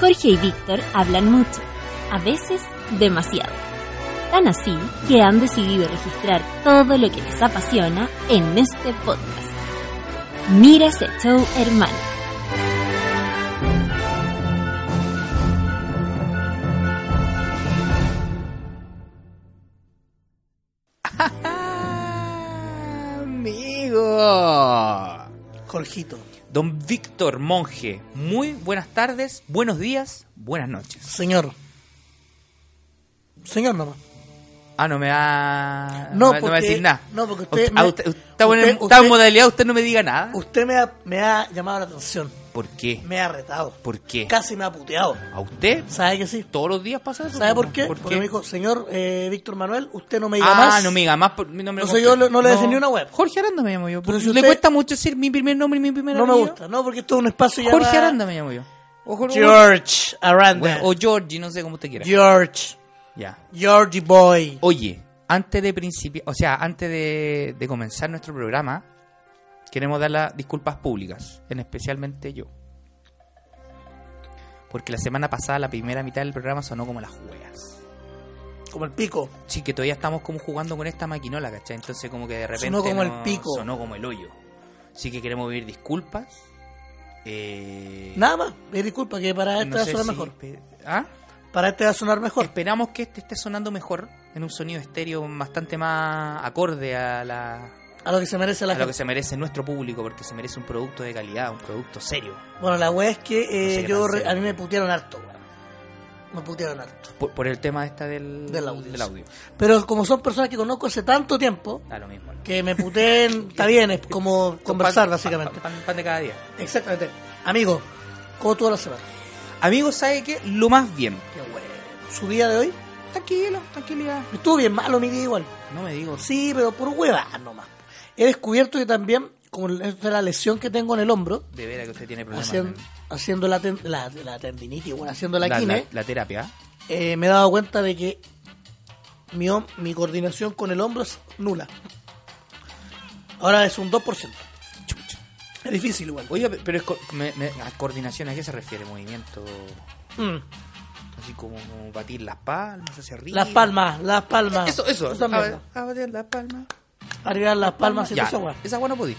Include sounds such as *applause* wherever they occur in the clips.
Sergio y Víctor hablan mucho, a veces demasiado. Tan así que han decidido registrar todo lo que les apasiona en este podcast. Mira ese show, hermano. Amigo. Jorgito. Don Víctor Monje, muy buenas tardes, buenos días, buenas noches. Señor. Señor nomás. Ah, no me va, No, me va a porque- decir nada. no, porque usted Ah, me- usted- está, bueno, usted- está en usted- modalidad, usted no me diga nada. Usted me ha, me ha llamado la atención. ¿Por qué? Me ha retado. ¿Por qué? Casi me ha puteado. ¿A usted? ¿Sabe que sí? ¿Todos los días pasa eso? ¿Sabe por qué? Porque me dijo, señor eh, Víctor Manuel, usted no me diga más. ah, no me diga más. por- mi nombre Entonces yo completo. no le voy a decir ni una web. Jorge Aranda me llamo yo. Pero porque si Le usted- cuesta mucho decir mi primer nombre y mi primer No me apellido. gusta, no, porque esto es un espacio ya. Jorge Aranda me llamo yo. O, Jorge- George Aranda. Bueno, o Georgie, no sé cómo usted quiera. George. Ya. Georgie Boy. Oye, antes de principi- o sea, antes de, de comenzar nuestro programa, queremos dar las disculpas públicas, en especialmente yo. Porque la semana pasada, la primera mitad del programa sonó como las juegas. Como el pico. Sí, que todavía estamos como jugando con esta maquinola, ¿cachai? Entonces como que de repente... Sonó no- como el pico. Sonó como el hoyo. Así que queremos pedir disculpas. Eh, Nada más. Eh, disculpa que para este no va a sé sonar si- mejor. ¿Ah? Para este va a sonar mejor. Esperamos que este esté sonando mejor, en un sonido estéreo bastante más acorde a, la, A lo que se merece la Eh, a lo que gente. se merece nuestro público, porque se merece un producto de calidad, un producto serio. Bueno, la wea es que eh, sé qué yo tan re- serio. a mí me putearon harto, weón. Me putearon harto. Por, por el tema esta del, Del audio, sí. Pero como son personas que conozco hace tanto tiempo, Da lo mismo. ¿no? que *laughs* me puteen, está bien, es como conversar Pan- básicamente. Pan, pan- pan de cada día. Exactamente. Amigo, ¿cómo toda la semana? Amigos, ¿sabe qué? Lo más bien. Qué bueno. Su día de hoy Tranquilo, tranquilidad. estuvo bien malo mi día igual. No me digo. Sí, pero por huevas nomás. He descubierto que también, como esta es la lesión que tengo en el hombro, De veras que usted tiene problemas. haciendo, haciendo la, ten- la, la tendinitis, bueno, haciendo la, la, quine, la- la terapia. ¿ah? eh, me he dado cuenta de que mi, hom- mi coordinación con el hombro es nula. Ahora es un 2%. Chucha. Es difícil igual. Oiga, pero es co- me- me- a coordinación, ¿a qué se refiere? Movimiento. Mm. Así como batir las palmas hacia arriba. Las palmas, las palmas. Eso, eso. Esa A mierda. ver, a ver, las palmas. Arribar las palmas y Ya, esa weá. Esa agua no podí.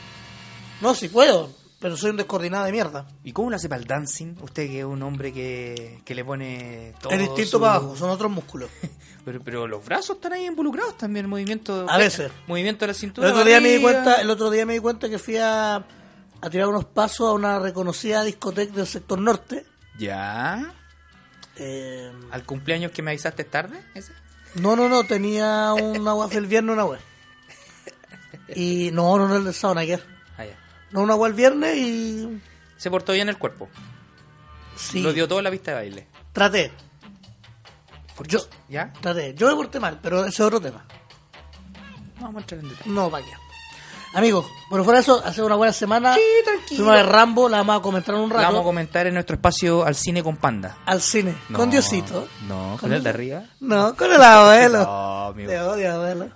No, si puedo, pero soy un descoordinado de mierda. ¿Y cómo lo hace para el dancing? Usted que es un hombre que, que le pone todo. es distinto su- para abajo, son otros *laughs* músculos. Pero, pero los brazos están ahí involucrados también, el movimiento. eh, A veces. Movimiento de la El cintura. otro, día me di barriga. cuenta, el otro día me di cuenta que fui a, a tirar unos pasos a una reconocida discoteca del sector norte. Ya. Eh, ¿Al cumpleaños que me avisaste tarde? ¿Ese? no, no, no, tenía una agua el viernes una web. Y no, no, no el del sábado, ayer. Ah, ya. No, una agua el viernes y. Se portó bien el cuerpo. Sí, Lo dio todo en la pista de baile. traté, Yo. ¿Ya? traté. Yo me porté mal, pero ese es otro tema. No Vamos a entrar en detalle. No, para qué. Amigos, bueno, fuera de eso, hace una buena semana. Sí, tranquilo. Fuimos de Rambo, la vamos a comentar en un La rato. Vamos a comentar en nuestro espacio al cine con panda. Al cine, No, con Diosito. no, ¿con el de arriba? No, con el abuelo. *laughs* No, amigo. Te odio, abuelo.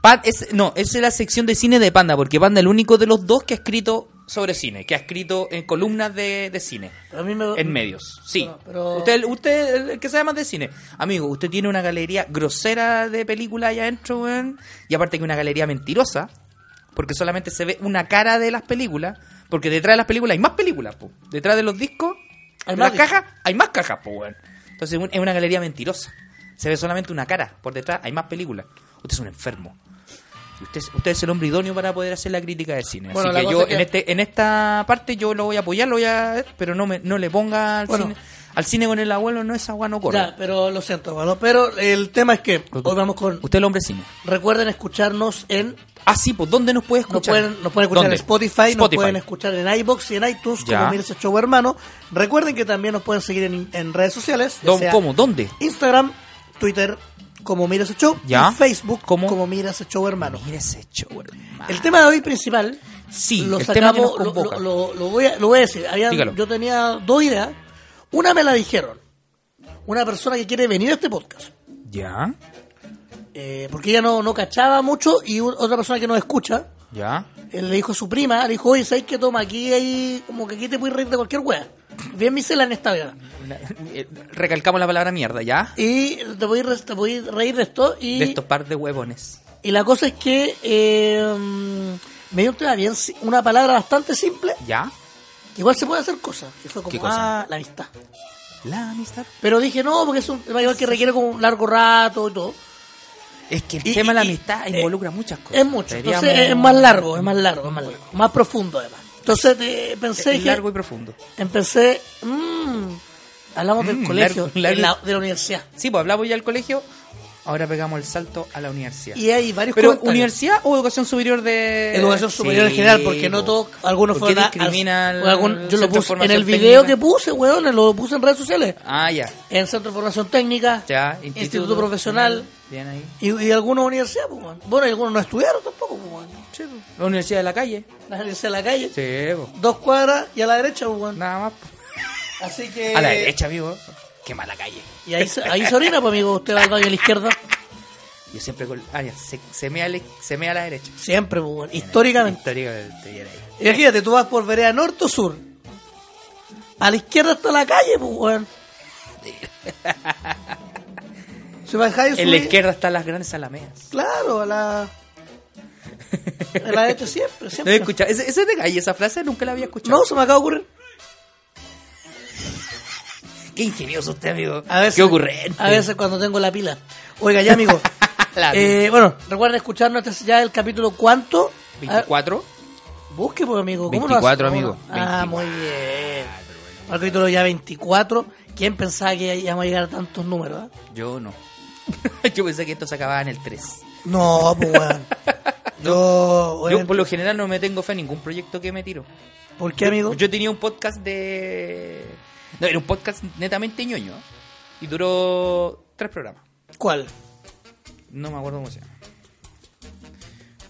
Pan- es, no, esa es la sección de cine de Panda, porque Panda es el único de los dos que ha escrito sobre cine, que ha escrito en columnas de, de cine, Pero a mí me... en medios. Sí, Pero- pero- usted usted es el que sabe más de cine. Amigo, usted tiene una galería grosera de películas allá adentro, weón, y aparte que una galería mentirosa, porque solamente se ve una cara de las películas, porque detrás de las películas hay más películas, po. detrás de los discos, Hay de más las cajas, hay más cajas, po, weón. Entonces un- es una galería mentirosa. Se ve solamente una cara, por detrás hay más películas. Usted es un enfermo. Y Usted, es- usted es el hombre idóneo para poder hacer la crítica del cine. Bueno, la Así que yo cosa es que- en este en esta parte yo lo voy a apoyar, lo voy a pero no me no le ponga al Bueno. cine al cine con el abuelo no es agua no corre. Ya, pero lo siento, abuelo. Pero el tema es que Porque- hoy vamos con... Usted es el hombre cine. Recuerden escucharnos en... Ah, sí, pues ¿dónde nos puede Nos escuchar? pueden, nos pueden escuchar ¿Dónde? en Spotify, nos pueden escuchar en iBox y en iTunes, Ya. como Mira ese show hermano. Recuerden que también nos pueden seguir en, en redes sociales. ya Don- sea ¿Cómo? ¿Dónde? Instagram, Twitter, como Mira ese show, Ya. y Facebook, ¿Cómo? como Mira ese show hermano. Mira ese show, hermano. El tema de hoy principal, Sí, lo el tema que nos sacamos, lo- convoca. lo, lo- lo voy a, lo voy a decir. Había- Dígalo. yo tenía dos ideas. Una me la dijeron, una persona que quiere venir a este podcast, Ya. eh, porque ella no, no cachaba mucho, y u- otra persona que nos escucha, Ya. él le dijo a su prima, le dijo, oye, ¿sabes qué toma aquí? Ahí, como que aquí te puedes reír de cualquier wea. bien miscelánea esta vez. Una- eh, recalcamos la palabra mierda, ¿ya? Y te voy, te voy a reír de esto. Y, De estos par de huevones. y la cosa es que eh, me dio un tema bien, si- una palabra bastante simple. ¿Ya? Igual se puede hacer cosas. Y fue como, ¿Qué cosa? ah, la amistad. La amistad. Pero dije, no, porque es un tema igual que requiere como un largo rato y todo. Es que el Y- tema de la y- amistad eh, involucra muchas cosas. Es mucho. Deberíamos- Entonces es más largo, es más largo, es más largo. Más profundo además. Entonces eh, pensé Es que... largo y profundo. Empecé... mm, hablamos Mm, del colegio, largo, largo. de la- de la universidad. Sí, pues hablamos ya del colegio, ahora pegamos el salto a la universidad. Y hay varios ¿Pero comentarios. universidad o educación superior de...? Educación superior en Sí, general, porque no po. todos, algunos ¿Por qué fueron a- discrimina al- al o algún- yo centro lo de puse en el formación video técnica? que puse, weón, lo puse en redes sociales, Ah, ya, en Centro de Formación Técnica, ya. Instituto, Profesional, Bien ahí. y, y algunas universidades, pues, weón. bueno, y algunos no estudiaron tampoco, pues, weón. La universidad de la calle. la universidad de la calle, Sí, po. dos cuadras y a la derecha, pues, weón. nada más. po. así que... A la derecha, amigo. Qué mala calle. Eh, Y ahí, se- ahí se orina, pues, amigo, usted va al baño a la izquierda, *laughs* Yo siempre con... Ah, ya, se, se, mea, a la- se mea a la derecha. siempre, pues, *laughs* weón. históricamente. Históricamente. bien ahí. Imagínate, tú vas por vereda norte o sur, a la izquierda está la calle, pues, *laughs* weón. Si bajáis En la subís- izquierda están las grandes alamedas. Claro, a la. a la he hecho siempre, No he siempre. escuchado. ¿Ese, ese es de calle, esa frase nunca la había escuchado. No, se me acaba de ocurrir. Qué ingenioso usted, amigo. A veces, Qué ocurrente. A veces cuando tengo la pila. Oiga, ya, amigo. *laughs* La eh, bueno, recuerden escucharnos este es ya el capítulo cuánto. A ver, 24. busque, pues, amigo. ¿Cómo 24, lo hace? amigo. Ah, 24. muy bien. Al capítulo ya 24. ¿Quién pensaba que íbamos a llegar a tantos números? ah? Yo no. *laughs* Yo pensé que esto se acababa en el 3. No, *laughs* pues, weón. Yo, Yo weón, por lo general no me tengo fe en ningún proyecto que me tiro. ¿Por qué, amigo? Yo tenía un podcast de... No, era un podcast netamente ñoño. Y duró tres programas. ¿Cuál? No me acuerdo cómo se llama.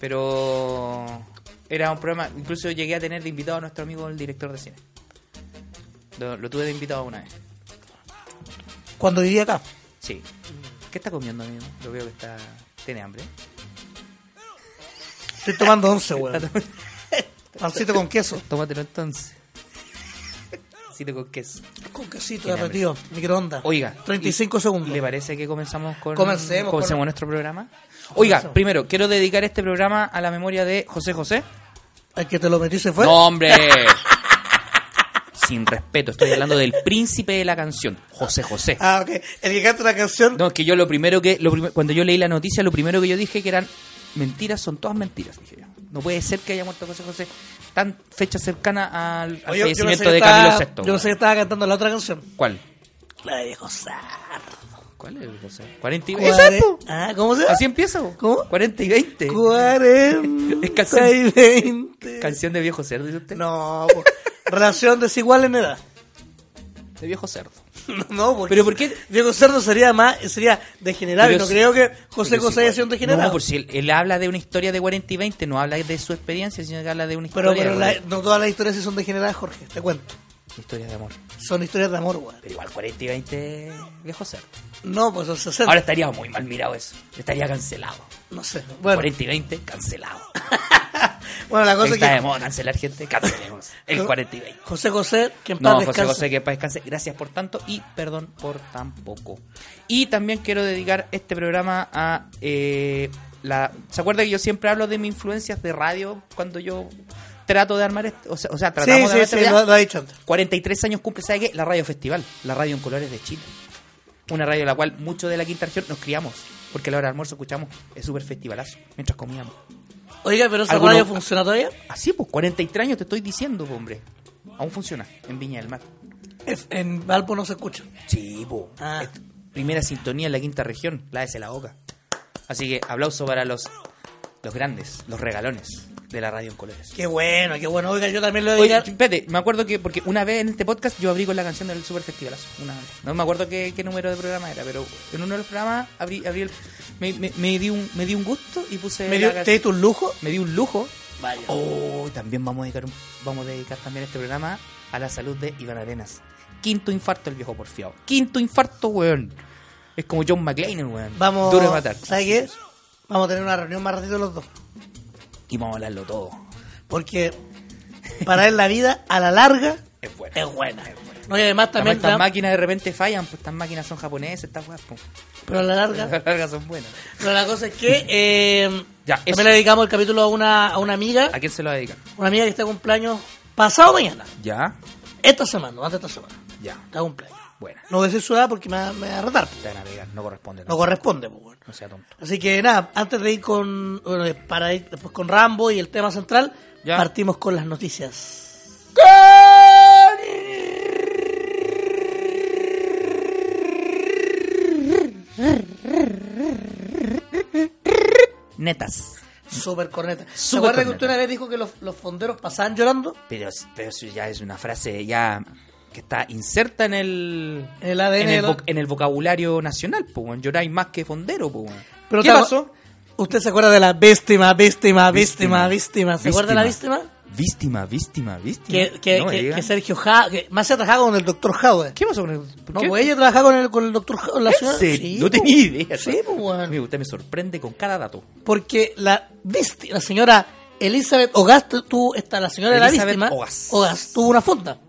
Pero era un programa, incluso llegué a tener de invitado a nuestro amigo el director de cine. Lo, lo tuve de invitado una vez. Cuando vivía acá. Sí. ¿Qué está comiendo, amigo? Lo veo que está... Tiene hambre. Estoy tomando *laughs* once, weón. Pancito con queso. Tómatelo entonces. Sí, con queso. Con quesito Tiene hambre. derretido, microondas. Oiga. 35 ¿y- segundos. ¿Le parece que comenzamos con Comencemos con- nuestro programa? Oiga, Comencemos. primero, quiero dedicar este programa a la memoria de José José. El que te lo metí se fue. ¡No, hombre! Sin respeto, estoy hablando del príncipe de la canción, José José. Ah, ok. El que canta la canción. No, es que yo lo primero que. lo prim- cuando yo leí la noticia, lo primero que yo dije que eran mentiras, son todas mentiras, dije yo. No puede ser que haya muerto José José tan fecha cercana al, al Oye, yo fallecimiento pensé que de estaba- Camilo VI. Yo pensé que estaba cantando la otra canción. ¿Cuál? La de Josar. ¿Cuál es José? 40 y Cuare- Exacto. Ah, ¿cómo se llama? Así empieza. po. ¿Cómo? 40 y 20. *laughs* Es 40 y canción. 20. Canción de viejo cerdo, dice usted. No, po. Relación desigual en edad. De viejo cerdo. *laughs* No, porque. Pero ¿por qué? Diego Cerdo sería más. Sería degenerado. Y Pero no es- creo que José Pero José sí, haya sido un bueno. degenerado. No, por si él, él habla de una historia de 40 y 20, no habla de su experiencia, sino que habla de una Pero, historia pero de la- amor. no todas las historias sí son degeneradas, Jorge. Te cuento. Historia de amor. Son historias de amor, weón. Pero igual 40 y 20 viejo cerdo. No, pues son 60. Ahora estaría muy mal mirado eso. Estaría cancelado. no sé. Bueno, 40 y 20, cancelado. bueno la cosa es Está de que moda cancelar gente, cancelemos. El 40 y 20. José José, que en paz No, José descanse. José, que paz descanse. Gracias por tanto y perdón por tan poco. Y también quiero dedicar este programa a eh, la. ¿Se acuerda que yo siempre hablo de mis influencias de radio cuando yo trato de armar este- o sea, o sea, tratamos Sí, de armar sí, este sí, lo, programa? lo ha dicho antes. 43 años cumple, ¿sabe qué? La Radio Festival, la radio en colores de Chile. Una radio en la cual muchos de la quinta región nos criamos, porque a la hora del almuerzo escuchamos es súper festivalazo mientras comíamos. Oiga, pero esa ¿Alguno- radio funciona todavía. Así, pues, 43 años te estoy diciendo, po, hombre. Aún funciona en Viña del Mar. Es- En Valpo no se escucha. Sí, po. Ah. Es- Primera sintonía en la quinta región, la de Celaoca. Así que aplauso para los, los grandes, los regalones de la radio en colores. Qué bueno, qué bueno. Oiga, yo también lo voy Oye, a espérate, me acuerdo que, porque una vez en este podcast yo abrí con la canción del Super Festivalazo. Una vez. No me acuerdo qué, qué número de programa era, pero en uno de los programas abrí, abrí el- me, me, me di un, me di un gusto y puse. ¿Me la dio, canción. ¿Te diste un lujo? me di un lujo. Vaya. Oh, también vamos a dedicar un- vamos a dedicar también este programa a la salud de Iván Arenas. Quinto infarto el viejo porfiado. Quinto infarto, weón. Es como John McClane, weón. Vamos. Duro de matar. ¿Sabes qué? Vamos a tener una reunión más ratito los dos. Y vamos a hablarlo todo. Porque para él la vida a la larga Es bueno. es buena. No, y además Además, también. estas la- máquinas de repente fallan, pues estas máquinas son japonesas, estas weas, pues. pero a la Las larga. largas son buenas. Pero la cosa es que. eh, Ya, eso. también le dedicamos el capítulo a una, a una amiga. ¿A quién se lo dedican? Una amiga que está de cumpleaños pasado mañana. Ya, Esta semana, no antes de esta semana. ya. Está de cumpleaños. Buena. No voy a decir su edad porque me va, me va a retar. pues. Te van a pegar, no corresponde. No corresponde, pues, bueno. No sea tonto. Así que nada, antes de ir con. bueno, de- para ir después con Rambo y el tema central, Ya. partimos con las noticias. Netas. Super corneta. ¿Se Súper acuerda corneta. que usted una vez dijo que los, los fonderos pasaban llorando? Pero, pero eso ya es una frase ya que está inserta en el. En el ADN En el, de la- voc- en el vocabulario nacional, pues, weón. Lloráis más que fondero, pues, weón. Pero ¿Qué te acu- pasó? ¿Usted se acuerda de la víctima, víctima, víctima, Víctima. víctima? ¿Se acuerda de la víctima? Víctima, víctima, víctima. Que, que, No me que, digan. que Sergio Ja, que más se trabajaba con el doctor Jadwe. ¿Qué pasó con el.? por No, qué? pues ella trabajaba con el, con el doctor Jadwe. La ¿En señora, serio? Sí, no pues, tenía idea. Sí, pues, weón. Amigo, usted me sorprende con cada dato. Porque la víctima, la señora Elizabeth Ogast, tuvo, esta, la señora Elizabeth de la víctima, Ogast. tuvo una fonda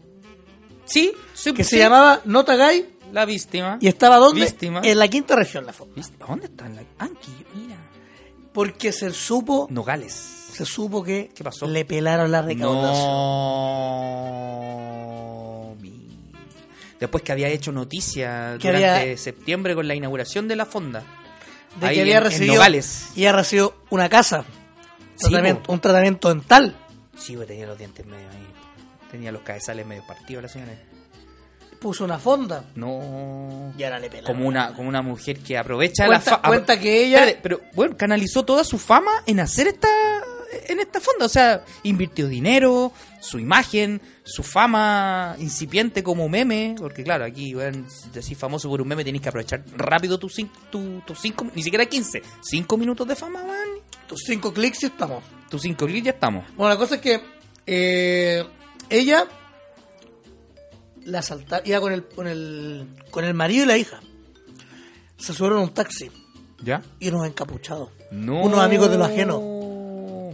Sí, sí. que sí. se llamaba Nota Gay La víctima. y estaba ¿dónde? Víctima. En la quinta región la fonda. Víctima. ¿Dónde está? En la... Anqui, mira. Porque se supo, Nogales. se supo que ¿Qué pasó? le pelaron la recaudación. No. mi- Después que había hecho noticia Que durante había- septiembre con la inauguración de la fonda. de Ahí que había en- en recibido, Nogales. y ella recibió una casa, Sí, tratamiento- po. un tratamiento dental. Sí, pues tenía los dientes medio ahí. Tenía los cabezales medio partidos la señora. Puso una fonda No. y ahora le pelaron. Como una, como una mujer que aprovecha Cuenta- la fama. cuenta que ella- pero bueno, canalizó toda su fama en hacer esta en esta fonda. O sea, invirtió dinero, su imagen, su fama incipiente como meme. Porque claro, aquí, bueno, si te decís famoso por un meme, tenés que aprovechar rápido tus cin- tu- tus cinco, ni siquiera 15, 5 minutos de fama, weón. Tus cinco clics y estamos. Tus 5 clics ya estamos. Bueno, la cosa es que eh, ella la asaltaron, iba con el, con, el, con el marido y la hija. Se subieron a un taxi ¿Ya? y unos encapuchados. No. Unos amigos de los ajenos.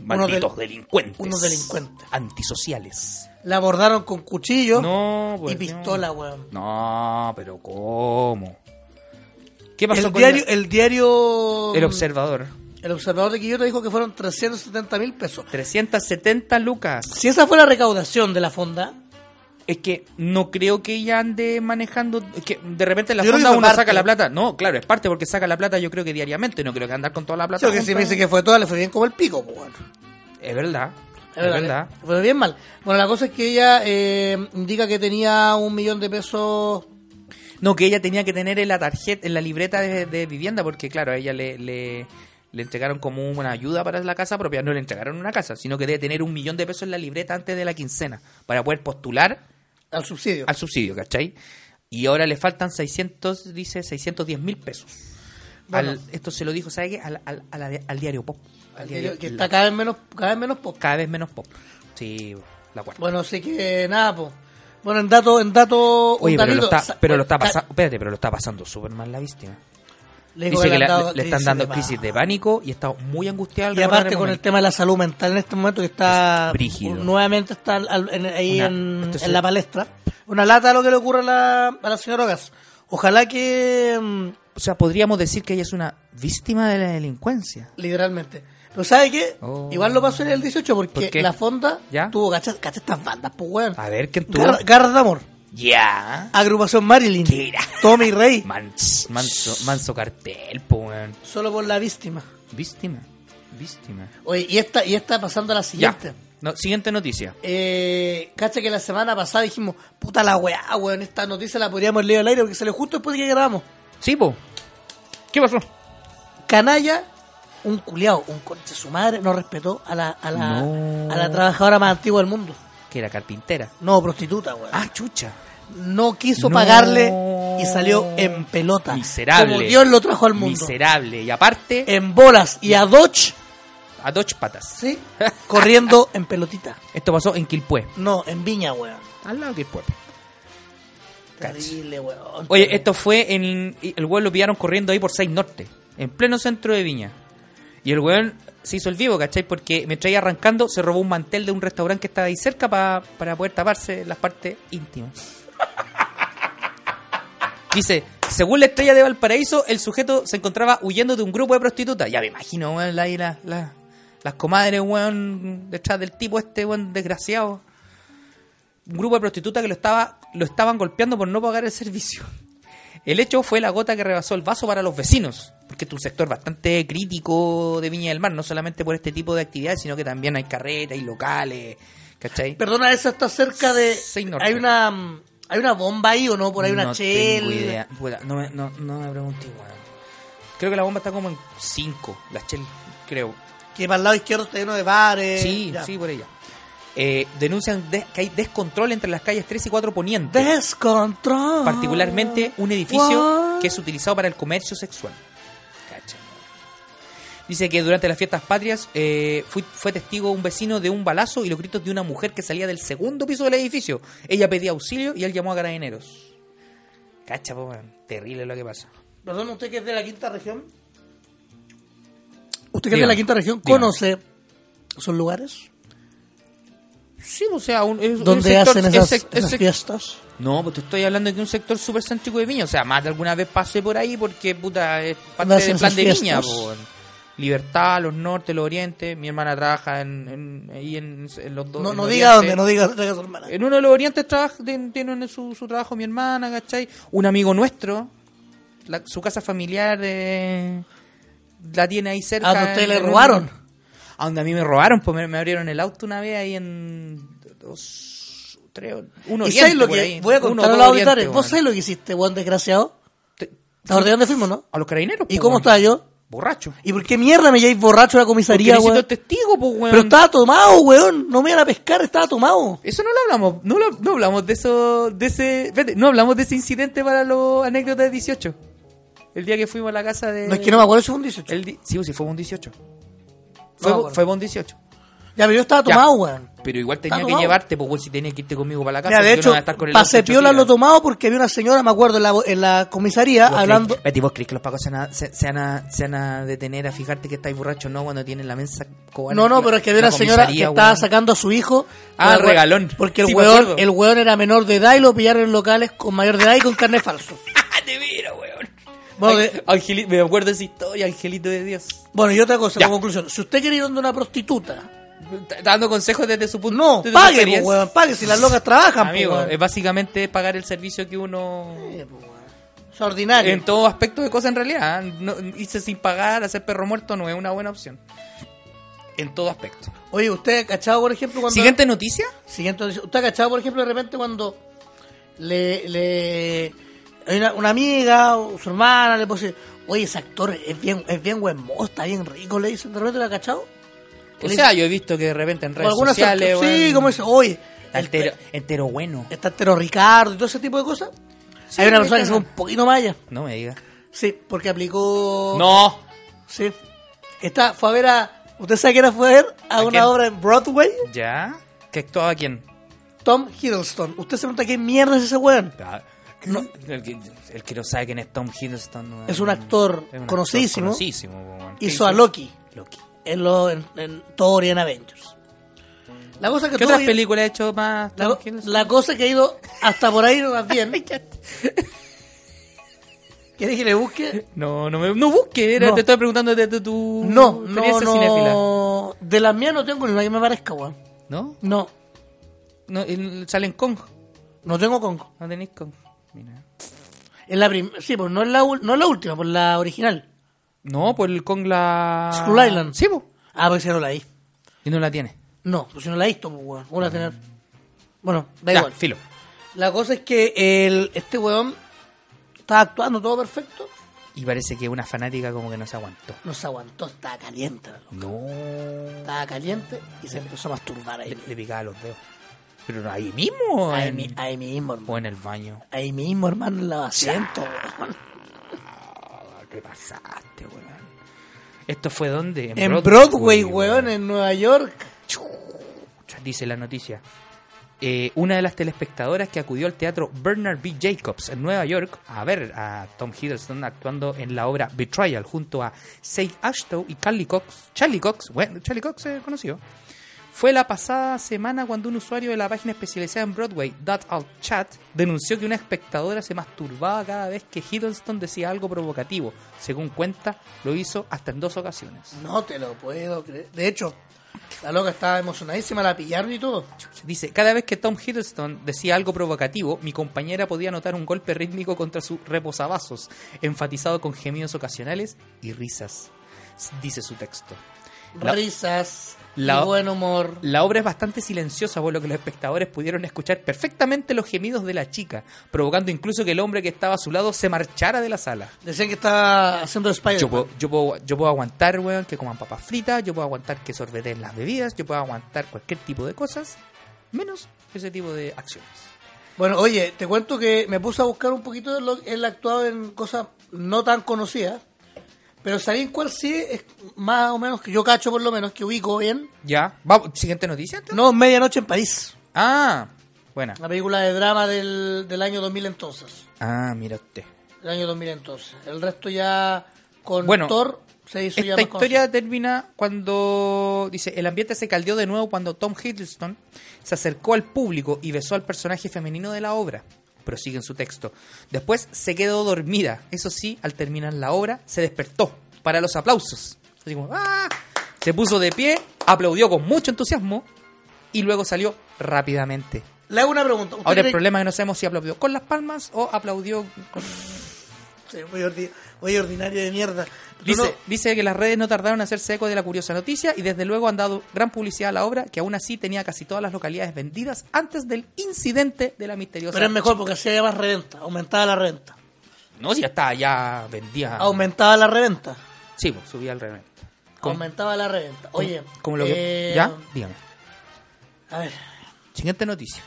Malditos del- delincuentes. unos delincuentes. Antisociales. La abordaron con cuchillo No, pues, y no. pistola, weón. No, pero ¿cómo? ¿Qué pasó El con diario, la- el diario. el observador? el observador de Quillota dijo que fueron 370 mil pesos. 370 lucas. Si esa fue la recaudación de la fonda, Es que no creo que ella ande manejando. Es que de repente la Yo creo fonda que fue uno parte. saca la plata. No, claro, es parte porque saca la plata yo creo que diariamente. No creo que andar con toda la plata. creo que si me junta. dice que fue toda, le fue bien como el pico, pues, weón. Es verdad. Es verdad. le- Pero bien mal. Bueno, la cosa es que ella eh, indica que tenía un millón de pesos. No, que ella tenía que tener en la tarjeta, en la libreta de, de vivienda, porque claro, a ella le, le, le entregaron como una ayuda para la casa propia. No le entregaron una casa, sino que debe tener un millón de pesos en la libreta antes de la quincena para poder postular Al subsidio. al subsidio, ¿cachai? Y ahora le faltan 600, dice 610 mil pesos. Bueno. Al- esto se lo dijo, ¿sabe qué? Al, al, a la de- al diario Pop. Al diario- que está cada vez menos, cada vez menos poca. cada vez menos Pop. Sí, la cual. Bueno, así que nada, pues. Bueno, en dato, en dato, Oye, un pero lo datito, está, sa- pero lo está ca- pasando, espérate, pero lo está pasando súper mal la víctima. Le digo Dice que le le, han dado le- le están crisis dando de crisis de pánico. pánico y está muy angustiada. Y aparte con el tema de la salud mental en este momento que está Es brígido. nuevamente está al- al- en- ahí Una- en, esto es en un- la palestra. Una lata lo que le ocurre a la, a la señora Ogas. Ojalá que mm, O sea, podríamos decir que ella es una víctima de la delincuencia. literalmente. Pero ¿sabe qué? Oh. Igual lo pasó en el 18 porque ¿Por qué? la fonda ¿Ya? Ah, tuvo cachas, cachas estas bandas, pues weón. A ver, ¿quién tuvo? Gar- Garras de amor, Ya. agrupación Marilyn, Mira. Tommy Rey, Manso, manso, manso cartel, po, weón. solo por la víctima. Víctima. Víctima. Oye, y esta, y esta pasando a la Ya. siguiente. No, siguiente noticia. Eh, cacha que la semana pasada dijimos, puta la weá, weón, esta noticia la podríamos leer al aire porque salió justo después de que grabamos. Sí, po. ¿Qué pasó? Canalla, un culiao, un conche su madre, no respetó a la, a la, No. a la trabajadora más antigua del mundo. Que era carpintera. No, prostituta, weón. Ah, chucha. No quiso No. pagarle y salió en pelota. Miserable. Como Dios lo trajo al mundo. Miserable. Y aparte, En bolas y a Dodge, a dos patas. *laughs* ¿sí? corriendo en pelotita. Esto pasó en Quilpué. No, en viña, weón. Al lado de Quilpué. Cacha. Terrible, weón. Oye, esto fue en. El weón lo pillaron corriendo ahí por 6 Norte, en pleno centro de Viña. Y el weón se hizo el vivo, ¿cachai? Porque mientras iba arrancando, se robó un mantel de un restaurante que estaba ahí cerca pa- para poder taparse las partes íntimas. Dice, según la estrella de Valparaíso, el sujeto se encontraba huyendo de un grupo de prostitutas. Ya me imagino, weón, ahí la- la- las comadres, weón, detrás del tipo este, weón, desgraciado. Un grupo de prostitutas que lo, estaba, lo estaban golpeando por no pagar el servicio. El hecho fue la gota que rebasó el vaso para los vecinos, porque es un sector bastante crítico de Viña del Mar, no solamente por este tipo de actividades, sino que también hay carretas y locales, ¿cachai? Perdona, eso está cerca de. Seis norte. Hay una mm, hay una bomba ahí o no, por ahí una no chel. tengo idea. Puta, no, me, no, no me pregunté, weón. Creo que la bomba está como en 5, la Shell, creo. Que para el lado izquierdo está lleno de bares. sí, ya. sí, por ella. Eh, denuncian de- que hay descontrol entre las calles 3 y 4 Poniente. Descontrol. particularmente un edificio What? que es utilizado para el comercio sexual. Cacha. Dice que durante las fiestas patrias eh, fui- fue testigo un vecino de un balazo y los gritos de una mujer que salía del segundo piso del edificio. Ella pedía auxilio y él llamó a carabineros. Cacha, po, weón. terrible lo que pasa. Perdón, usted que es de la quinta región. ¿Usted que es de Dígame, la quinta región dígame. conoce esos lugares Sí, o sea, un, es- donde es sector- hacen es esas, sec- es esas sec- fiestas? No, pues te estoy hablando de que un sector súper céntrico de Viña. O sea, más de alguna vez pasé por ahí porque, puta, es parte Donde hacen del plan esas de Viña. fiestas. po. Libertad, los norte, los orientes. Mi hermana trabaja en, en- ahí en, en los dos. No, en no los diga orientes. dónde, no diga dónde, su hermana. En uno de los orientes trabaja, ten- tiene en su, su trabajo mi hermana, ¿cachai? Un amigo nuestro, la- su casa familiar eh, la tiene ahí cerca. ¿A Ah, donde ustedes en- le en un- robaron? a donde a mí me robaron, pues me, me abrieron el auto una vez ahí en dos, tres, uno ¿Y oriente sabes lo por que ahí, voy a uno, contar a dos los oriente, auditores? ¿Vos weón. sabés lo que hiciste, buen desgraciado? Te- ¿Te acordás de dónde fuimos, no? A los carabineros. ¿Y po, cómo weón. estaba yo? Borracho. ¿Y por qué mierda me lleváis borracho a la Porque comisaría, necesito weón? testigo, pues, weón. Pero estaba tomado, weón. No me iban a pescar, estaba tomado. Eso no lo hablamos. No, lo, no hablamos de eso. De ese, espérate, no hablamos de ese incidente para los anécdotas de 18. El día que fuimos a la casa de. No es que no me acuerdo si fue un 18. El di- sí, sí, fue un 18. Fue, me acuerdo. fue un 18. Ya, pero yo estaba Ya. tomado, weón. Pero igual tenía Está que tomado. llevarte, pues, weón, si tenías que irte conmigo para la casa. Mira, de yo no hecho, iba a estar con el pasé auto hecho piola tira. lo tomado porque había una señora, me acuerdo, en la, en la comisaría ¿Vos hablando. crees- Betty, ¿vos crees que los pacos se van a, se, se van a, se van a detener a fijarte que estáis borrachos no cuando tienen la mensa cobana? No, no, pero es que había La una señora que comisaría, estaba weón. sacando a su hijo. Ah, Por el weón- regalón. Porque el, Sí, me acuerdo. weón, el weón era menor de edad y lo pillaron en locales con mayor de edad y con carne falso. *laughs* ¡Ah, te miro, weón! Bueno, Ay, de- Angeli- me acuerdo de esa historia, Angelito de Dios. Bueno, y otra cosa, Ya. como conclusión. Si usted quiere ir donde una prostituta, Está- está Dando consejos desde su punto no, desde su pague, experiencia. po, weón, pague. Si las locas trabajan, po, Amigo, weón. es básicamente pagar el servicio que uno. Eh, po, weón. Es ordinario. En todo aspecto de cosas, en realidad. ¿eh? No, irse sin pagar, hacer perro muerto no es una buena opción. En todo aspecto. Oye, usted, ¿cachado, por ejemplo, cuando. Siguiente noticia. Siguiente, ¿Usted ha cachado, por ejemplo, de repente cuando le. le hay una, una amiga o su hermana le puse, oye, ese actor es bien, es bien buen mozo, está bien rico, le dicen, ¿de repente lo ha cachado? O Le sea, dicen- yo he visto que de repente en o redes alguna sociales. sorpresa, Sí, weón, como dice, oye, está el- Entero, entero bueno. está entero Ricardo y todo ese tipo de cosas. Sí, hay una ahí persona que se está. fue un poquito maya. No me diga. Sí, porque aplicó. ¡No! Sí. Está, fue a ver a. ¿Usted sabe que era fue a ver a, ¿A una quién? obra en Broadway? ¿Ya? ¿Que actuaba quién? Tom Hiddleston. Usted se pregunta qué mierda es ese weón. No, Ah, el, que, el que no sabe quién es Tom Hiddleston. weón. Es un actor Es un conocidísimo. conocidísimo, weón. ¿Qué Hizo a Loki Loki. en, lo, en, en Thor y en Avengers. La cosa que ¿Qué todo otras ha ido- películas ha hecho más Tom La, Hiddleston? la cosa que ha ido hasta *laughs* por ahí más bien. ¿Quieres que le busque? No, no, me, no busque, era- No. te estoy preguntando desde tu No, no, experiencia Uh, cinéfila. no. De las mías no tengo ni una que me parezca, weón. ¿No? No, no el- sale en Kong, no tengo Congo. no tenéis Kong. Mira. Es la prim- sí, pues no es la, ul- no es la última, pues la original. No, pues el Kong la... Skull Island. Sí, pues. Ah, pues si no la vi. Y no la tiene. No, pues si no la he visto, pues weón. Voy a tener. Bueno, da Mm. Ya, igual. filo. La cosa es que el, este weón estaba actuando todo perfecto. Y parece que una fanática como que no se aguantó. No se aguantó, estaba caliente. la loca. No. Estaba caliente y se empezó a masturbar ahí. Le, le picaba los dedos. Pero no, ahí mismo. Ahí, en- mi- ahí mismo, hermano. O en el baño. Ahí mismo, hermano, en la asiento, weón. Ah, ¿Qué pasaste, weón? ¿Esto fue dónde? En Broadway, weón, en Nueva York. Chucha, Dice la noticia. Eh, una de las telespectadoras que acudió al teatro Bernard B. Jacobs en Nueva York a ver a Tom Hiddleston actuando en la obra Betrayal junto a Sage Ashton y Charlie Cox. Charlie Cox, bueno, Charlie Cox es conocido. fue la pasada semana cuando un usuario de la página especializada en Broadway, That Alt Chat, denunció que una espectadora se masturbaba cada vez que Hiddleston decía algo provocativo. Según cuenta, lo hizo hasta en dos ocasiones. No te lo puedo creer. De hecho, la loca estaba emocionadísima, la pillaron y todo. Dice, cada vez que Tom Hiddleston decía algo provocativo, mi compañera podía notar un golpe rítmico contra su reposavasos, enfatizado con gemidos ocasionales y risas, dice su texto. La- Risas, la- y buen humor. La obra es bastante silenciosa, por lo que los espectadores pudieron escuchar perfectamente los gemidos de la chica, provocando incluso que el hombre que estaba a su lado se marchara de la sala. Decían que estaba haciendo Yo Spider-Man. puedo, yo, puedo, yo puedo aguantar, weón, que coman papas fritas, yo puedo aguantar que sorbeteen las bebidas, yo puedo aguantar cualquier tipo de cosas, menos ese tipo de acciones. Bueno, oye, te cuento que me puse a buscar un poquito de lo él ha actuado en cosas no tan conocidas, pero ¿sabían cuál sí es más o menos que yo cacho por lo menos que ubico bien? Ya, vamos, siguiente noticia. entonces? No, Medianoche en París, Ah, buena. la película de drama del, del año 2000 entonces, Ah, mira usted. el año 2000 entonces. El resto ya con Bueno, Thor se hizo Esta ya más historia termina cuando dice el ambiente se caldeó de nuevo cuando Tom Hiddleston se acercó al público y besó al personaje femenino de la obra. Prosigue en su texto. Después se quedó dormida. Eso sí, al terminar la obra, se despertó para los aplausos. Así como, ¡ah! Se puso de pie, aplaudió con mucho entusiasmo y luego salió rápidamente. conocida. Le hago una pregunta. ¿Usted Ahora el cree- problema es que no sabemos si aplaudió con las palmas o aplaudió con Sí, muy, ordi- muy ordinario de mierda. Pero Dice, no- dice que las redes no tardaron en hacerse eco de la curiosa noticia y desde luego han dado gran publicidad a la obra que aún así tenía casi todas las localidades vendidas antes del incidente de la misteriosa. pero es mejor porque hacía más reventa, aumentaba la reventa. No, si ya está, ya vendía. Aumentaba la reventa. Sí, pues, subía el reventa. Como- Aumentaba la reventa. Oye, como- como lo que. eh, ya, dígame. A ver, Siguiente noticia.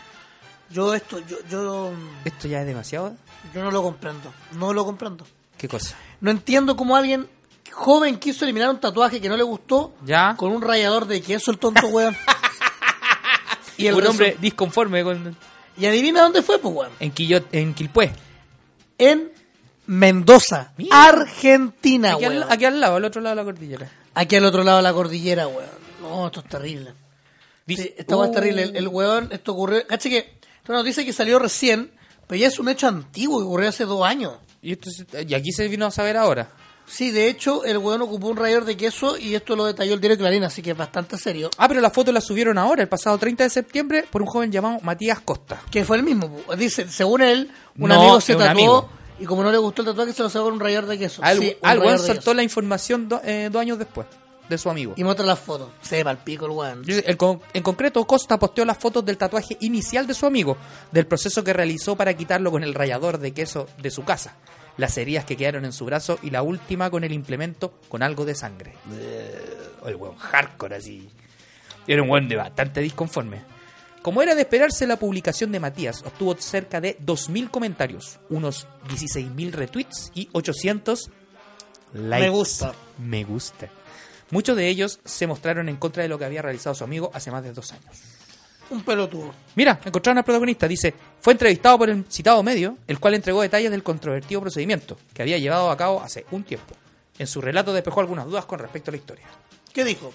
yo esto, yo, yo, Esto ya es demasiado. yo no lo comprendo. No lo comprendo. ¿Qué cosa? No entiendo cómo alguien joven quiso eliminar un tatuaje que no le gustó Ya. con un rallador de queso, el tonto weón. *laughs* y, el Un resu- hombre disconforme con, y adivina dónde fue, pues weón. en, Quillot, en Quilpué. En Mendoza, Mira. Argentina, aquí, al, weón. aquí al lado, al otro lado de la cordillera. Aquí al otro lado de la cordillera, weón. No, esto es terrible. Sí, esta weá es Uh, terrible. El, el weón, esto ocurrió. Caché que. Esta noticia que salió recién, pero ya es un hecho antiguo que ocurrió hace dos años. y, esto se- y aquí se vino a saber ahora. Sí, de hecho, el weón ocupó un rayador de queso y esto lo detalló el diario Clarín, así que es bastante serio. Ah, pero la foto la subieron ahora, el pasado 30 de septiembre, por un joven llamado Matías Costa. Que fue el mismo. pu. Dice, según él, un No, amigo se es un tatuó amigo. y como no le gustó el tatuaje, se lo sacó con un rayador de queso. Al, Sí, un al weón rallador de soltó queso. la información do- eh, dos años después de su amigo. Y muestra las fotos. Se va al pico el weón. Dice, el con- en concreto, Costa posteó las fotos del tatuaje inicial de su amigo, del proceso que realizó para quitarlo con el rallador de queso de su casa, las heridas que quedaron en su brazo y la última con el implemento con algo de sangre. Ugh, Eh, El weón hardcore así. Era un weón de bastante disconforme. Como era de esperarse, la publicación de Matías obtuvo cerca de 2.000 comentarios, unos 16.000 retweets y 800 likes. Me gusta. Me gusta. Muchos de ellos se mostraron en contra de lo que había realizado su amigo hace más de dos años. Un pelotudo. Mira, encontraron al protagonista. Dice, fue entrevistado por el citado medio, el cual entregó detalles del controvertido procedimiento que había llevado a cabo hace un tiempo. En su relato despejó algunas dudas con respecto a la historia. ¿Qué dijo?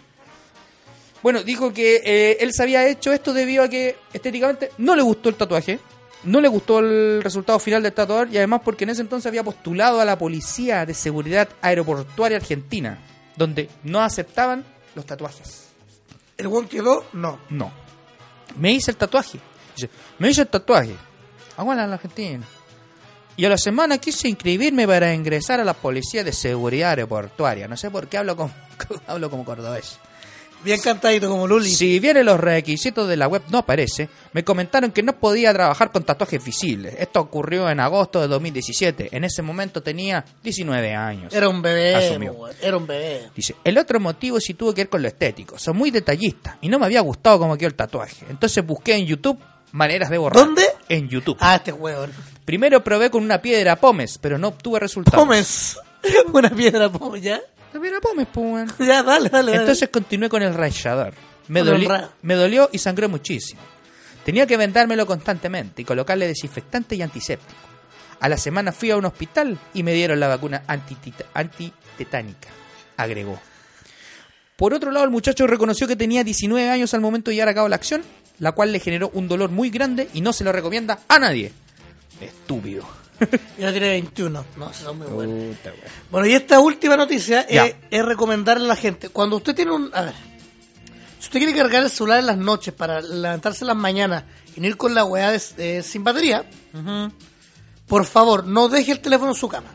Bueno, dijo que eh, él se había hecho esto debido a que estéticamente no le gustó el tatuaje, no le gustó el resultado final del tatuador y además porque en ese entonces había postulado a la Policía de Seguridad Aeroportuaria Argentina, donde no aceptaban los tatuajes. ¿El weón quedó? No. No. Me hice el tatuaje. Dice, me hice el tatuaje. Aguanta la Argentina. Y a la semana quise inscribirme para ingresar a la Policía de Seguridad Aeroportuaria. No sé por qué hablo como, *laughs* hablo como cordobés. Bien cantadito como Luli. Si bien los requisitos de la web no aparece, me comentaron que no podía trabajar con tatuajes visibles. Esto ocurrió en agosto de 2017. En ese momento tenía 19 años. Era un bebé. Asumió. weón. Era un bebé. Dice, el otro motivo sí tuvo que ver con lo estético. Son muy detallistas y no me había gustado cómo quedó el tatuaje. Entonces busqué en YouTube maneras de borrar. ¿Dónde? En YouTube. Ah, este weón. Primero probé con una piedra pómez, pero no obtuve resultados. Pómez. *laughs* Una piedra, Pómez, ya. La piedra pómez, pues, weón. Ya, dale, dale. Entonces continué con el rayador. Me, Con el doli- ra- me dolió y sangró muchísimo. Tenía que vendármelo constantemente y colocarle desinfectante y antiséptico. A la semana fui a un hospital y me dieron la vacuna antitita- antitetánica, agregó. Por otro lado, el muchacho reconoció que tenía 19 años al momento de llevar a cabo la acción, la cual le generó un dolor muy grande y no se lo recomienda a nadie. Estúpido. Y no tiene 21. No, eso es muy bueno. Puta, wea. Bueno, y esta última noticia Ya. es, es recomendarle a la gente. Cuando usted tiene un. A ver. Si usted quiere cargar el celular en las noches para levantarse en las mañanas y no ir con la weá de- eh, sin batería, por favor, no deje el teléfono en su cama.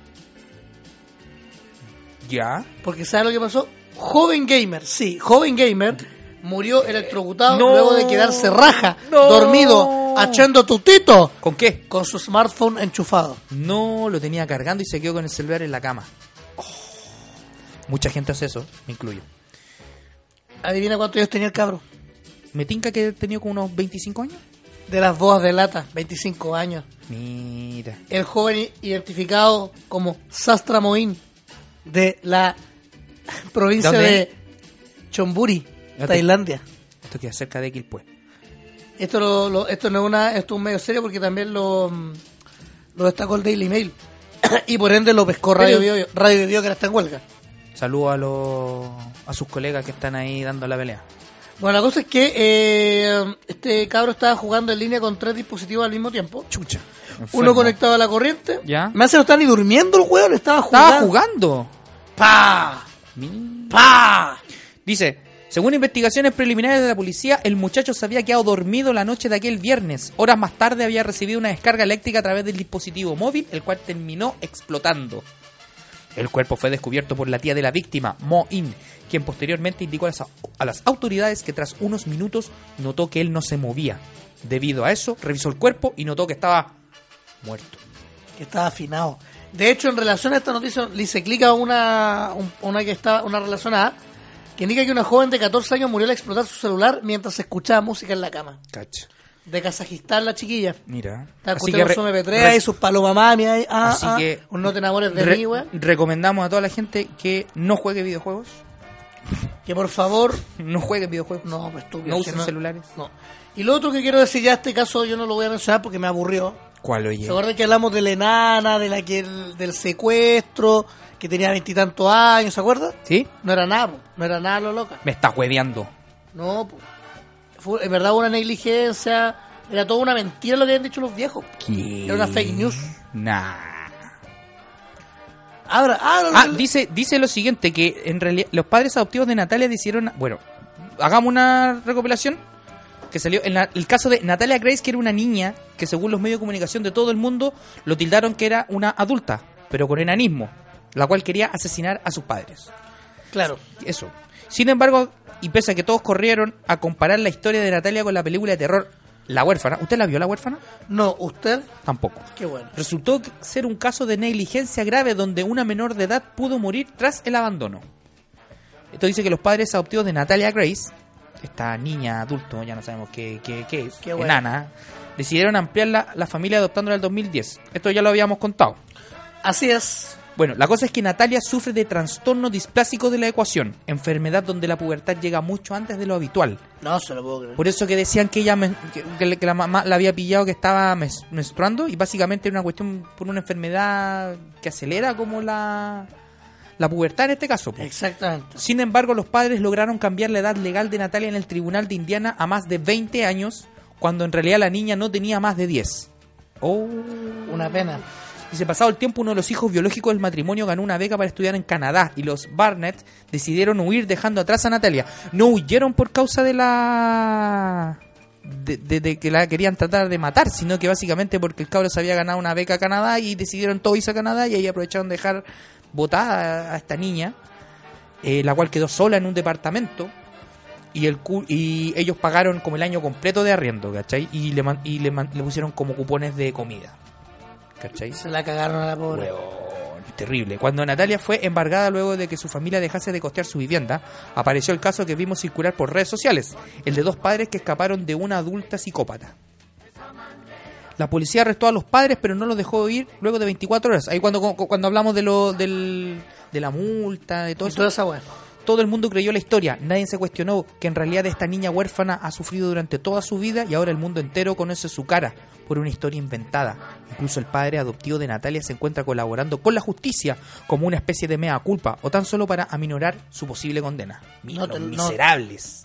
Ya. Porque ¿sabe lo que pasó? Joven Gamer, sí, Joven Gamer murió electrocutado No. luego de quedarse raja, No. dormido, echando tutito ¿Con qué? con su smartphone enchufado. No lo tenía cargando y se quedó con el celular en la cama. Oh. Mucha gente hace eso, me incluyo. Adivina cuántos años tenía el cabro. Me tinca que he tenido como unos 25 años. De las bodas de lata, 25 años. Mira. el joven identificado como Sastra Moin de la *laughs* provincia ¿Dónde? de Chonburi, Ya te- Tailandia. Esto queda cerca de pues. Quilpue. Esto, lo- lo- esto no es una, esto es un medio serio porque también lo, mm, lo destacó el Daily Mail. *clears throat* y por ende lo pescó Radio Pero- Bio, Radio Bio, que ahora está en huelga. Saludo a los a sus colegas que están ahí dando la pelea. Bueno, la cosa es que eh, este cabro estaba jugando en línea con tres dispositivos al mismo tiempo. Chucha. Uno Enfermo. conectado a la corriente. Ya. Me hace no estaba ni durmiendo el weón, estaba jugando. Estaba jugando. ¡Pa! Mi- ¡Pa! Dice, según investigaciones preliminares de la policía, el muchacho se había quedado dormido la noche de aquel viernes. Horas más tarde había recibido una descarga eléctrica a través del dispositivo móvil, el cual terminó explotando. El cuerpo fue descubierto por la tía de la víctima, Mo In, quien posteriormente indicó a las, a las autoridades que tras unos minutos notó que él no se movía. Debido a eso, revisó el cuerpo y notó que estaba muerto. que estaba afinado. De hecho, en relación a esta noticia, le hice clic a una, un- una que estaba, una relacionada, que indica que una joven de 14 años murió al explotar su celular mientras escuchaba música en la cama. Cacha. De Kazajistán, la chiquilla. Mira. Está Así escuchando que su re- MP3 re- y sus palomamami ahí. Ah, Así ah, que- un no te enamores de Re- mí, güey. recomendamos a toda la gente que no juegue videojuegos. Que por favor. No juegue videojuegos. No, pues tú. No usen celulares. No. Y lo otro que quiero decir, ya este caso yo no lo voy a mencionar porque me aburrió. ¿Cuál oye? ¿Se acuerdan que hablamos de la enana, de la que el- del secuestro, que tenía veintitantos años, ¿se acuerdan? ¿Sí? No era nada, po. no era nada lo loca. Me estás hueveando. No, po. fue en verdad una negligencia, era toda una mentira lo que habían dicho los viejos. ¿Qué? Era una fake news. Nah. Ahora, ahora Ah, dice, dice lo siguiente, que en realidad los padres adoptivos de Natalia decidieron... Bueno, hagamos una recopilación que salió en la- el caso de Natalia Grace, que era una niña que según los medios de comunicación de todo el mundo lo tildaron que era una adulta, pero con enanismo, la cual quería asesinar a sus padres. claro. Eso. Sin embargo, y pese a que todos corrieron a comparar la historia de Natalia con la película de terror La huérfana, ¿usted la vio La huérfana? No, usted, Tampoco. qué bueno. Resultó ser un caso de negligencia grave donde una menor de edad pudo morir tras el abandono. Esto dice que los padres adoptivos de Natalia Grace, esta niña adulto, ya no sabemos qué, qué- qué es, Qué bueno. enana, decidieron ampliar la, la familia adoptándola en el 2010. Esto ya lo habíamos contado. Así es. Bueno, la cosa es que Natalia sufre de trastorno displásico de la ecuación, enfermedad donde la pubertad llega mucho antes de lo habitual. No se lo puedo creer. Por eso que decían que ella men- que, que le- que la mamá la había pillado que estaba mes- menstruando y básicamente era una cuestión por una enfermedad que acelera como la, la pubertad en este caso. pues. Exactamente. Sin embargo, los padres lograron cambiar la edad legal de Natalia en el tribunal de Indiana a más de 20 años, cuando en realidad la niña no tenía más de 10. Oh. Una pena. Dice, pasado el tiempo, uno de los hijos biológicos del matrimonio ganó una beca para estudiar en Canadá y los Barnett decidieron huir dejando atrás a Natalia. No huyeron por causa de la... De, de- de que la querían tratar de matar, sino que básicamente porque el cabro se había ganado una beca a Canadá y decidieron todo irse a Canadá y ahí aprovecharon de dejar botada a esta niña, eh, la cual quedó sola en un departamento y el cu- y ellos pagaron como el año completo de arriendo, ¿cachai? Y le, man- y le, man- le pusieron como cupones de comida, ¿cachai? Se la cagaron a la pobre. Huevón, terrible. Cuando Natalia fue embargada luego de que su familia dejase de costear su vivienda, apareció el caso que vimos circular por redes sociales, el de dos padres que escaparon de una adulta psicópata. La policía arrestó a los padres, pero no los dejó ir luego de 24 horas. Ahí cuando, cuando hablamos de lo, del, de la multa, de todo Y eso. toda esa weá. Todo el mundo creyó la historia, nadie se cuestionó que en realidad esta niña huérfana ha sufrido durante toda su vida y ahora el mundo entero conoce su cara por una historia inventada. Incluso el padre adoptivo de Natalia se encuentra colaborando con la justicia como una especie de mea culpa o tan solo para aminorar su posible condena. Mira, No los te- no- miserables.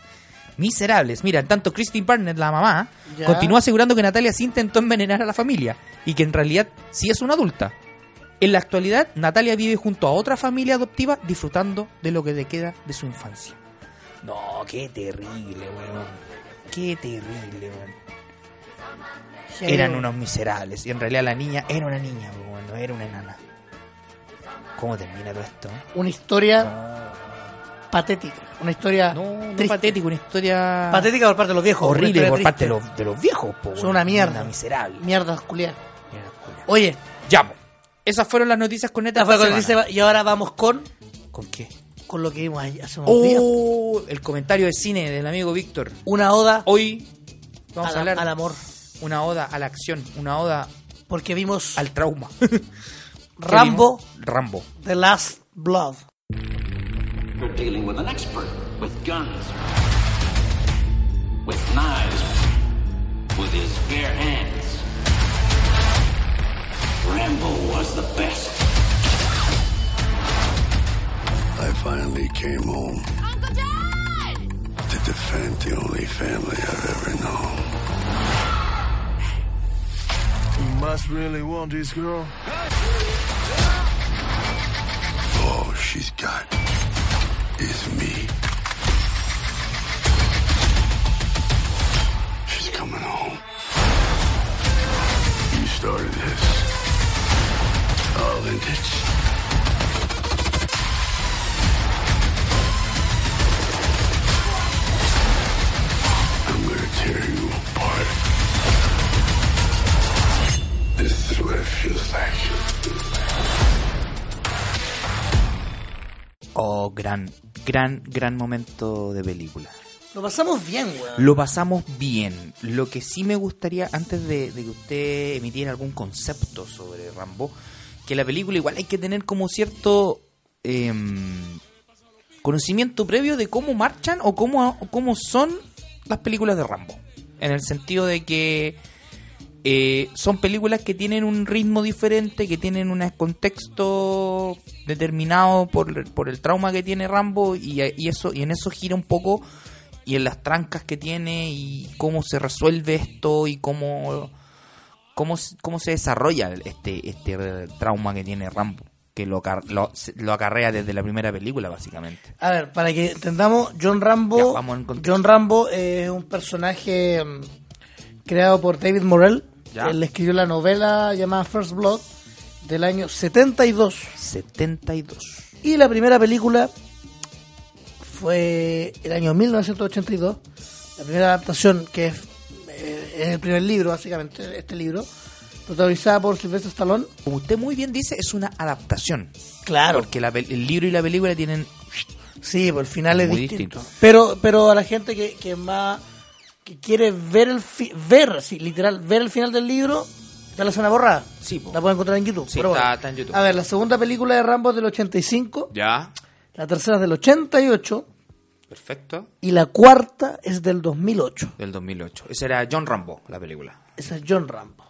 Miserables. Mira, en tanto Christine Barnett, la mamá, Ya. continúa asegurando que Natalia sí intentó envenenar a la familia y que en realidad sí es una adulta. En la actualidad, Natalia vive junto a otra familia adoptiva disfrutando de lo que le queda de su infancia. No, qué terrible, weón. Qué terrible, weón. Eran unos miserables. Y en realidad la niña era una niña, weón, no era una enana. ¿Cómo termina todo esto? Una historia No, patética. Una historia no, triste. patético, una historia Patética por parte de los viejos. una horrible historia por parte de triste. los, de los viejos, po, Son weón. una mierda. Una miserable. Mierdas culiadas. Mierda, culia. Oye, Ya, po. Esas fueron las noticias con esta esta fue con el semana. dice- y ahora vamos con, ¿Con qué? con lo que vimos ahí hace unos días. Oh, el comentario de cine del amigo Víctor. Una oda Hoy Oh, vamos al- a hablar al amor. una oda a la acción, una oda Porque vimos al trauma. Rambo, *laughs* Rambo. The Last Blood. You're dealing with an expert with guns, with knives, with his bare hands. Rambo was the best. I finally came home Uncle John! to defend the only family I've ever known. You must really want this girl. All she's got is me. She's coming home. You started this. I'll end it. I'm gonna tear you apart. This is what it feels like. Oh, gran, gran, gran momento de película. Lo pasamos bien, weón. Lo pasamos bien. Lo que sí me gustaría, antes de, de que usted emitiera algún concepto sobre Rambo, que la película igual hay que tener como cierto em, conocimiento previo de cómo marchan o cómo, o cómo son las películas de Rambo. En el sentido de que eh, son películas que tienen un ritmo diferente, que tienen un contexto determinado por, por el trauma que tiene Rambo y, y eso y en eso gira un poco y en las trancas que tiene y cómo se resuelve esto y cómo cómo, se- cómo se desarrolla este este eh, trauma que tiene Rambo que lo, acar- lo, se- lo acarrea desde la primera película básicamente. A ver, para que entendamos, John Rambo. Ya, vamos en contexto. John Rambo es un personaje mm, creado por David Morrell. Ya. Él escribió la novela llamada First Blood del año 72. 72. Y la primera película fue el año 1982. La primera adaptación, que es, eh, es el primer libro, básicamente, este libro, protagonizada por Sylvester Stallone. Como usted muy bien dice, es una adaptación. Claro. Porque la pel- el libro y la película tienen Sí, por el final es Muy distinto. distinto. Pero, pero a la gente que, que más que quiere ver el fi- ver, sí, literal, ver el final del libro, está la escena borrada. Sí, po. la pueden encontrar en YouTube. Sí, pero está- bueno. está en YouTube. A ver, la segunda película de Rambo es del 85, Ya. la tercera es del 88 Perfecto. y la cuarta es del 2008. Del 2008. Esa era John Rambo, la película. Esa es John Rambo.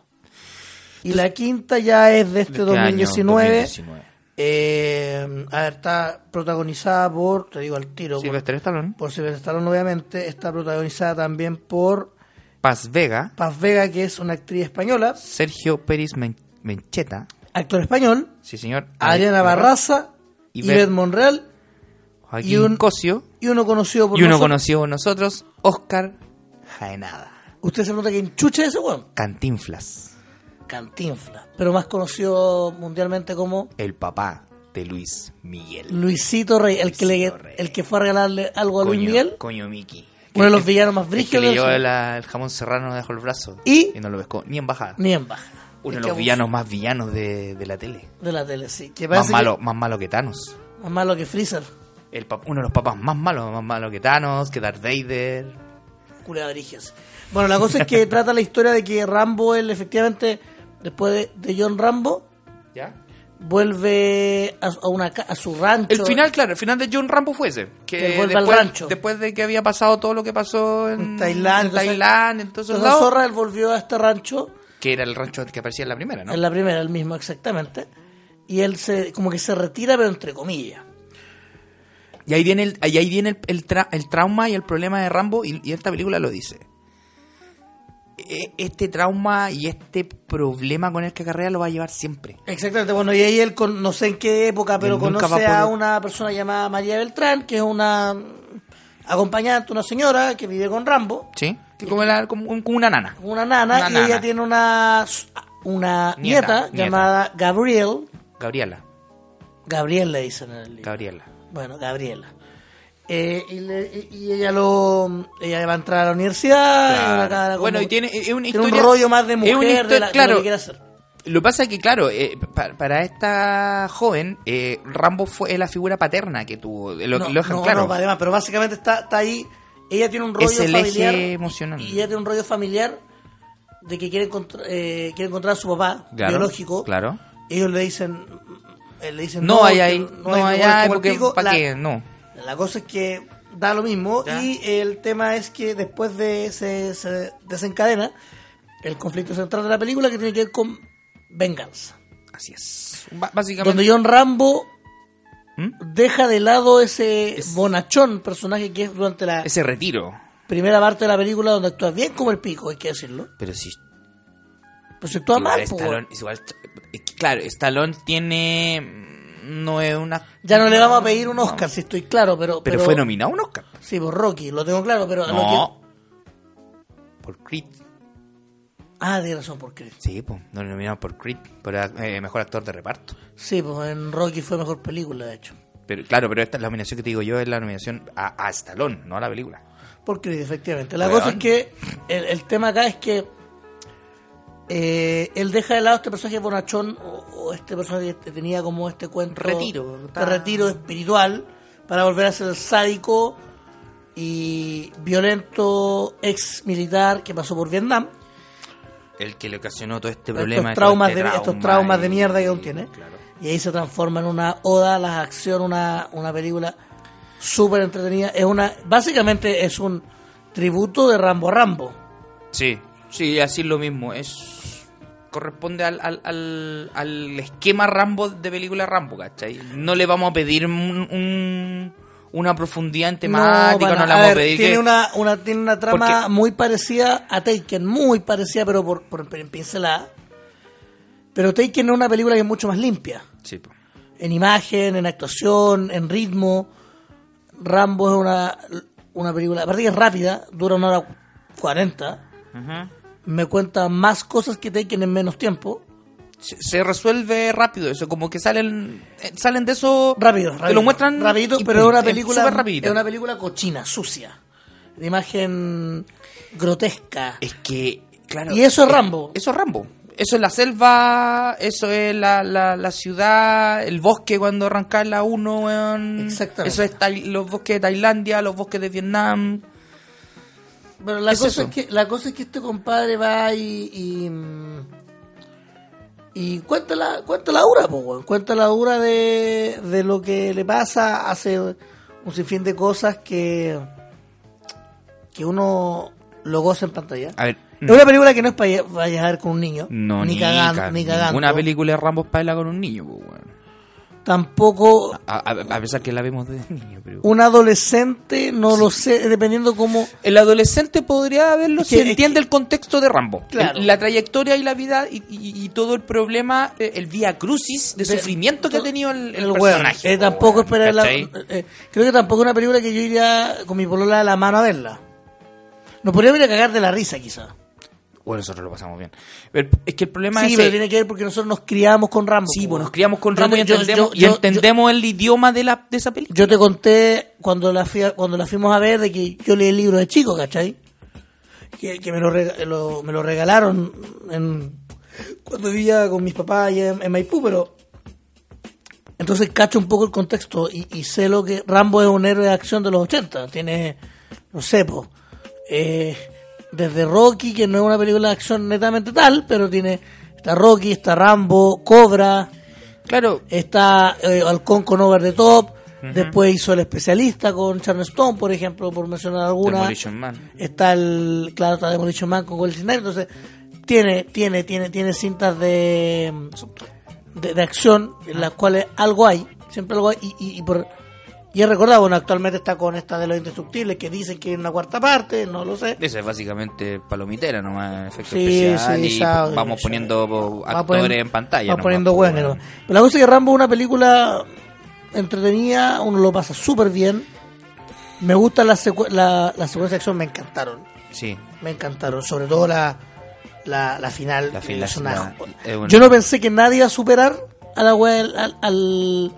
Y la quinta ya es de este, De este año, 2019. 2019. Eh, a ver, está protagonizada por, te digo al tiro, por- Sylvester Stallone. por Sylvester Stallone obviamente, está protagonizada también por Paz Vega. Paz Vega, que es una actriz española, Sergio Pérez Men- Mencheta. actor español, Sí, señor. Adriana Barraza, Y Ivette Beth- Monreal Joaquín y un- Cosio. y uno conocido por Y uno nosotros. conocido por nosotros, Oscar Jaenada. Usted se pregunta quién chucha es ese weón. Cantinflas. Cantinfla, pero más conocido mundialmente como El papá de Luis Miguel. Luisito Rey, el que, le, Luisito Rey. el que fue a regalarle algo a Luis Coño- Miguel. Coño Miki. Uno de los villanos más El que brígidos le del llevó sur. la- el jamón serrano no dejó el brazo. Y- no lo pescó ni en bajada. Ni en baja. Uno Es de que los villanos más villanos de, de la tele. De la tele, sí. Que Más parece que- malo, más malo que Thanos. más malo que Freezer. El pap- uno de los papás más malos, más malo que Thanos, que Darth Vader. Culea de origen. Bueno, la cosa *laughs* es que trata la historia de que Rambo, él efectivamente, después de, de John Rambo, ¿Ya? vuelve a, a una, ca- a su rancho. El final, claro, el final de John Rambo fue ese. Que Que vuelve al después, rancho. después de que había pasado todo lo que pasó en, en Tailandia. en Tailandia, en todos esos Entonces, lados, Zorra, él volvió a este rancho, que era el rancho que aparecía en la primera, ¿no? en la primera, el mismo exactamente, y él se como que se retira, pero entre comillas. Y ahí viene, el, y ahí viene el, el tra- el trauma y el problema de Rambo, y, y esta película lo dice. E- Este trauma y este problema con el que acarrea lo va a llevar siempre. Exactamente, bueno, y ahí él, con, no sé en qué época, pero Él nunca conoce a, va a poder- una persona llamada María Beltrán, que es una acompañante, una señora que vive con Rambo, ¿Sí? Que Como, la- como un- como una nana. una nana, Una y nana. ella tiene una, una Nieta, nieta, nieta. llamada Gabriel. Gabriela. Gabriel le dicen en el libro. Gabriela. Bueno, Gabriela. Eh, y, le- y- y ella lo ella va a entrar a la universidad. Claro. y una cara como- Bueno, y tiene- es una tiene historia- un rollo más de es mujer, una de, histo- la- de claro. lo que quiere hacer. Lo que pasa es que, claro, eh, pa- para esta joven, eh, Rambo fue la figura paterna que tuvo. eh, Lo, no, lo dejan no, claro. no, además, pero básicamente está, está ahí. Ella tiene un rollo Es el eje familiar. emocional. Y ella tiene un rollo familiar de que quiere, encontr- eh, quiere encontrar a su papá Claro, biológico. claro. Ellos le dicen. eh, le dicen no, hay ahí, que no, hay hay que ahí, como el porque pico". ¿para La- qué? No. La cosa es que da lo mismo Ya. y el tema es que después de se, se desencadena el conflicto central de la película que tiene que ver con venganza. Así es. Ba- básicamente. Donde John Rambo ¿Mm? deja de lado ese Es- bonachón personaje que es durante la Ese retiro. primera parte de la película donde actúa bien como el pico, hay que decirlo. Pero si Pues actúa Igual mal, po, Stallone, weón. igual- es que, claro, Stallone tiene mm, no es una ya no le vamos a pedir un Oscar, si estoy claro, pero... pero, fue nominado a un Oscar. Sí, por Rocky, lo tengo claro, pero... a lo No. que- Por Creed. Ah, tiene razón, por Creed. Sí, pues, no lo nominaron por Creed, por eh, mejor actor de reparto. Sí, pues en Rocky fue mejor película, de hecho. Pero claro, pero esta es la nominación que te digo yo, es la nominación a, a Stallone, no a la película. Por Creed, efectivamente. La Weón. cosa es que el, el tema acá es que eh, él deja de lado este personaje bonachón o, o este personaje que tenía como este cuento Retiro, de está- retiro espiritual para volver a ser el sádico y violento ex militar que pasó por Vietnam. El que le ocasionó todo este Estos problema, todo traumas este de- estos trauma traumas y- de mierda que aún tiene. claro. Y ahí se transforma en una oda a las acciones, una, una película súper entretenida. Es una, básicamente es un tributo de Rambo a Rambo. Sí, sí, así es lo mismo. Es corresponde al, al, al, al esquema Rambo de película Rambo, ¿cachai? No le vamos a pedir un, un- una profundidad en temática, no, para- le a vamos a ver, pedir tiene que... una, una tiene una trama Porque- muy parecida a Taken, muy parecida, pero por, por, por- en pincelada. Pero Taken es una película que es mucho más limpia. Sí, po. En imagen, en actuación, en ritmo. Rambo es una, una película, aparte que es rápida, dura una hora cuarenta. Me cuenta más cosas que Taken en menos tiempo. se, se resuelve rápido eso, como que salen eh, salen de eso... Rápido, te rápido. lo muestran... rapidito, y pero pum, es una es película súper rapidita. es una película cochina, sucia. De imagen grotesca. Es que, claro... Y eso es Rambo. Eso es Rambo. Eso es la selva, eso es la, la, la ciudad, el bosque cuando arrancás la 1, weón. Exactamente. Eso es Tai- los bosques de Tailandia, los bosques de Vietnam. Pero la Es eso. cosa es que la cosa es que este compadre va y y, mm, y cuenta la cuenta la hora, po, weón. cuenta la hora de, de lo que le pasa, hace un sinfín de cosas que que uno lo goza en pantalla. A ver, Es una película que no es para vayas a ver con un niño, no, ni, cagando, ca- ni cagando. Ninguna película de Rambo baila con un niño, pues, weón. Tampoco A, a- a pesar que la vemos de niño, pero... un adolescente, no lo sé, dependiendo cómo El adolescente podría verlo Es que- si es entiende el contexto de Rambo. Claro. El- la trayectoria y la vida y, y- y todo el problema, eh, el vía crucis de de- sufrimiento que ha to- tenido el, el el weón. personaje. Eh, po, tampoco weón, esperar la- ¿cachai? eh, creo que tampoco es una película que yo iría con mi polola de la mano a verla. Nos podríamos ir a cagar de la risa, quizá. Bueno, nosotros lo pasamos bien. Pero es que el problema Sí, es pero ese- tiene que ver porque nosotros nos criamos con Rambo. Sí, po, pues nos weón. criamos con Yo Rambo y te- yo- entendemos, yo- y yo- entendemos el idioma de, la, de esa película. Yo te conté cuando la, fui a- cuando la fuimos a ver de que yo leí el libro de chico, ¿cachai? Que, que me, lo rega- lo- me lo regalaron en- cuando vivía con mis papás allá en, en Maipú, pero... Entonces cacho un poco el contexto y, y sé lo que... Rambo es un héroe de acción de los 80, tiene, no sé, po, eh, desde Rocky, que no es una película de acción netamente tal, pero tiene... Está Rocky, está Rambo, Cobra, Claro, Está eh, Halcón con Over the Top. Después hizo El Especialista con Charles Stone, por ejemplo, por mencionar alguna. Demolition Man. Está el, claro, está Demolition Man con Wesley Snipes. Entonces, tiene, tiene, tiene, tiene cintas de, de, de acción en las cuales algo hay. Siempre algo hay. Y, y, y por, y he recordado, bueno, actualmente está con esta de los indestructibles que dicen que es una cuarta parte, no lo sé. Esa es básicamente palomitera nomás, efecto Sí, especial sí, y ya- vamos ya- poniendo po, Va actores poniendo- en pantalla. Va nomás, pues, poniendo po, bueno. weón. Pero la cosa es que Rambo es una película entretenida, uno lo pasa súper bien. Me gustan las secue- la- las secuencias de acción, me encantaron. Sí, Me encantaron, sobre todo la, la, la final. La que final, es una- la- es una- Yo no pensé que nadie iba a superar a la wea- al, al-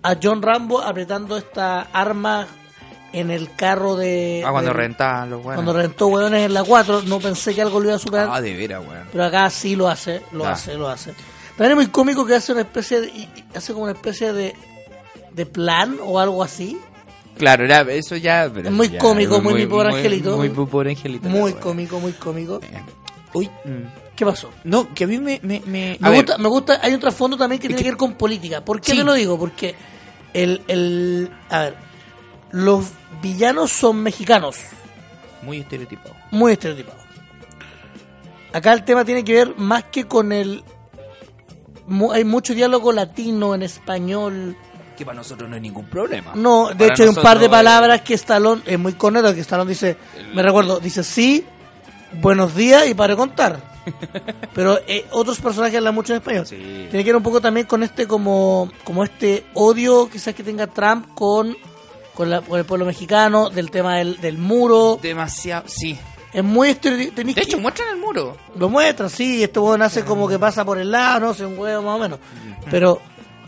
a John Rambo apretando esta arma en el carro de. ah, cuando del- reventaban los Eh, Cuando buenos. reventó hueones en la 4, no pensé que algo lo iba a superar. Ah, de veras, weón. Pero acá sí lo hace, lo Ah. hace, lo hace. También es muy cómico que hace una especie de, y- y hace como una especie de, de plan o algo así. Claro, era, eso ya. pero Es muy ya, cómico, muy mi pobre angelito. Muy mi pobre angelito. Muy la cómico, muy cómico. weá. Uy, Mm. ¿qué pasó? No, que a mí me. me, me- a Me ver, gusta, me gusta, hay un trasfondo también que Es tiene que- que, ver con política. ¿Por qué Sí. te lo digo? Porque el, el, a ver, los villanos son mexicanos. Muy estereotipado. muy estereotipado. Acá el tema tiene que ver más que con el... mu- hay mucho diálogo latino en español. Que para nosotros no es ningún problema. No, de Ah, Para hecho hay un par de nosotros, palabras que Stallone, es muy corneto que Stallone dice, me recuerdo, dice sí, buenos días y para de *laughs* contar. Pero eh, otros personajes hablan mucho en español. Sí. Tiene que ver un poco también con este como, como este odio quizás que tenga Trump con, con, la- con el pueblo mexicano, del tema del, del muro. eh, Demasiado. Sí. es muy estereotipado. De hecho, muestran el muro. Lo muestra, sí, este hueón hace como que pasa por el lado, no sé, un huevo más o menos. Pero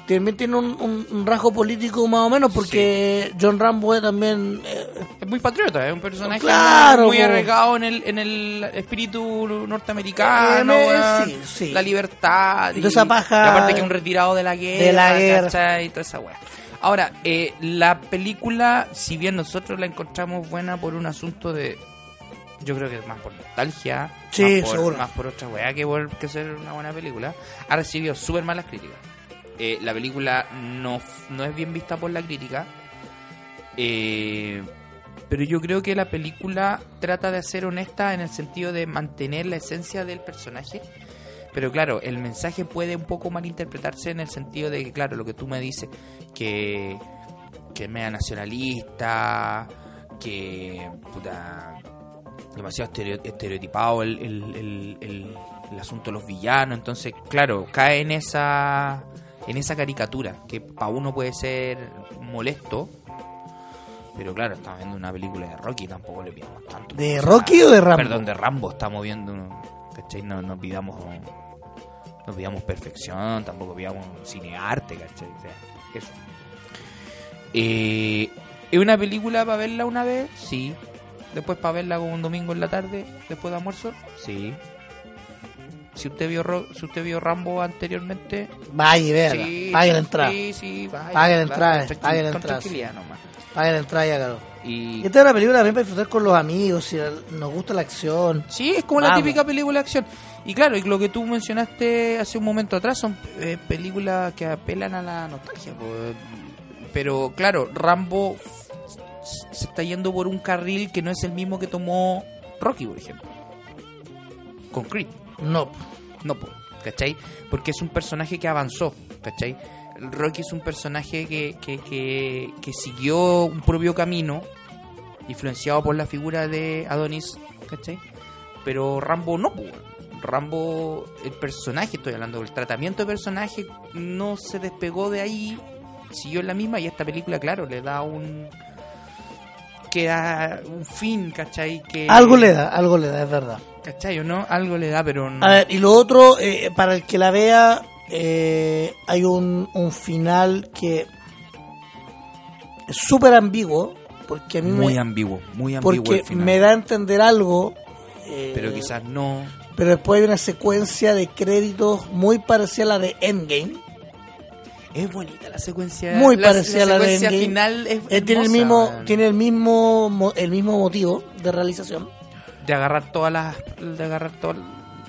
también tiene un, un- un rasgo político más o menos porque John Rambo es también... eh, Es muy patriota, es un personaje Claro, muy po. arraigado en el, en el espíritu norteamericano, Eh, weón. sí, sí. la libertad. Y toda esa paja y aparte que un retirado de la guerra. de la guerra. ¿cachai? Y toda esa weá. Ahora, eh, la película, si bien nosotros la encontramos buena por un asunto de... Yo creo que es más por nostalgia, Sí, más, por, seguro. más por otra weá que por que ser una buena película, ha recibido súper malas críticas. Eh, la película no, f- no es bien vista por la crítica, eh, pero yo creo que la película trata de ser honesta en el sentido de mantener la esencia del personaje. Pero claro, el mensaje puede un poco malinterpretarse en el sentido de que, claro, lo que tú me dices, que, que es media nacionalista, que puta, demasiado estereo- estereotipado el, el- el- el- el asunto de los villanos. Entonces, claro, cae en esa, en esa caricatura que para uno puede ser molesto. Pero claro, estamos viendo una película de Rocky, tampoco le pidamos tanto. ¿De Rocky o de Rambo? Perdón, de Rambo, estamos viendo, ¿cachai? No, no pidamos, no pidamos perfección, tampoco pidamos cinearte, ¿cachai? O sea, eso. Eh, ¿Es una película para verla una vez? Sí. Después para verla como un domingo en la tarde, después de almuerzo? Sí. Si usted vio, Ro- si usted vio Rambo anteriormente, Vaya y véala, sí, pague la entrada, Sí, sí, vaya, Pague la vaya, entrada, tranqui- pague la con entrada, tranquilidad nomás. pague la entrada ya, claro. Y, Y esta es una película también para disfrutar con los amigos, si nos gusta la acción. Sí, es como la Vamos. típica película de acción. Y claro, y lo que tú mencionaste hace un momento atrás son eh, películas que apelan a la nostalgia. po. Pero claro, Rambo f- se está yendo por un carril que no es el mismo que tomó Rocky, por ejemplo. Con Creed. No, No, po, ¿cachai? Porque es un personaje que avanzó, ¿cachai? El Rocky es un personaje que, que, que, que siguió un propio camino, influenciado por la figura de Adonis, ¿cachai? Pero Rambo no, po, weón. Rambo, el personaje, estoy hablando, el tratamiento de personaje no se despegó de ahí, siguió en la misma y esta película, claro, le da un... que da un fin, ¿cachai? Que, algo le da, algo le da, es verdad. ¿Cachai o no? Algo le da, pero no... A ver, y lo otro, eh, para el que la vea, eh, hay un, un final que es súper ambiguo, porque a mí muy me, ambiguo, muy ambiguo porque el final. me da a entender algo, eh, pero quizás no. pero después hay una secuencia de créditos muy parecida a la de Endgame. Es bonita la secuencia. Muy Eh, la, parecida a la de secuencia Endgame. final. Es Eh, tiene el hermosa, mismo, weón. tiene el mismo, mo- el mismo motivo de realización. de agarrar todas las, de agarrar todo el-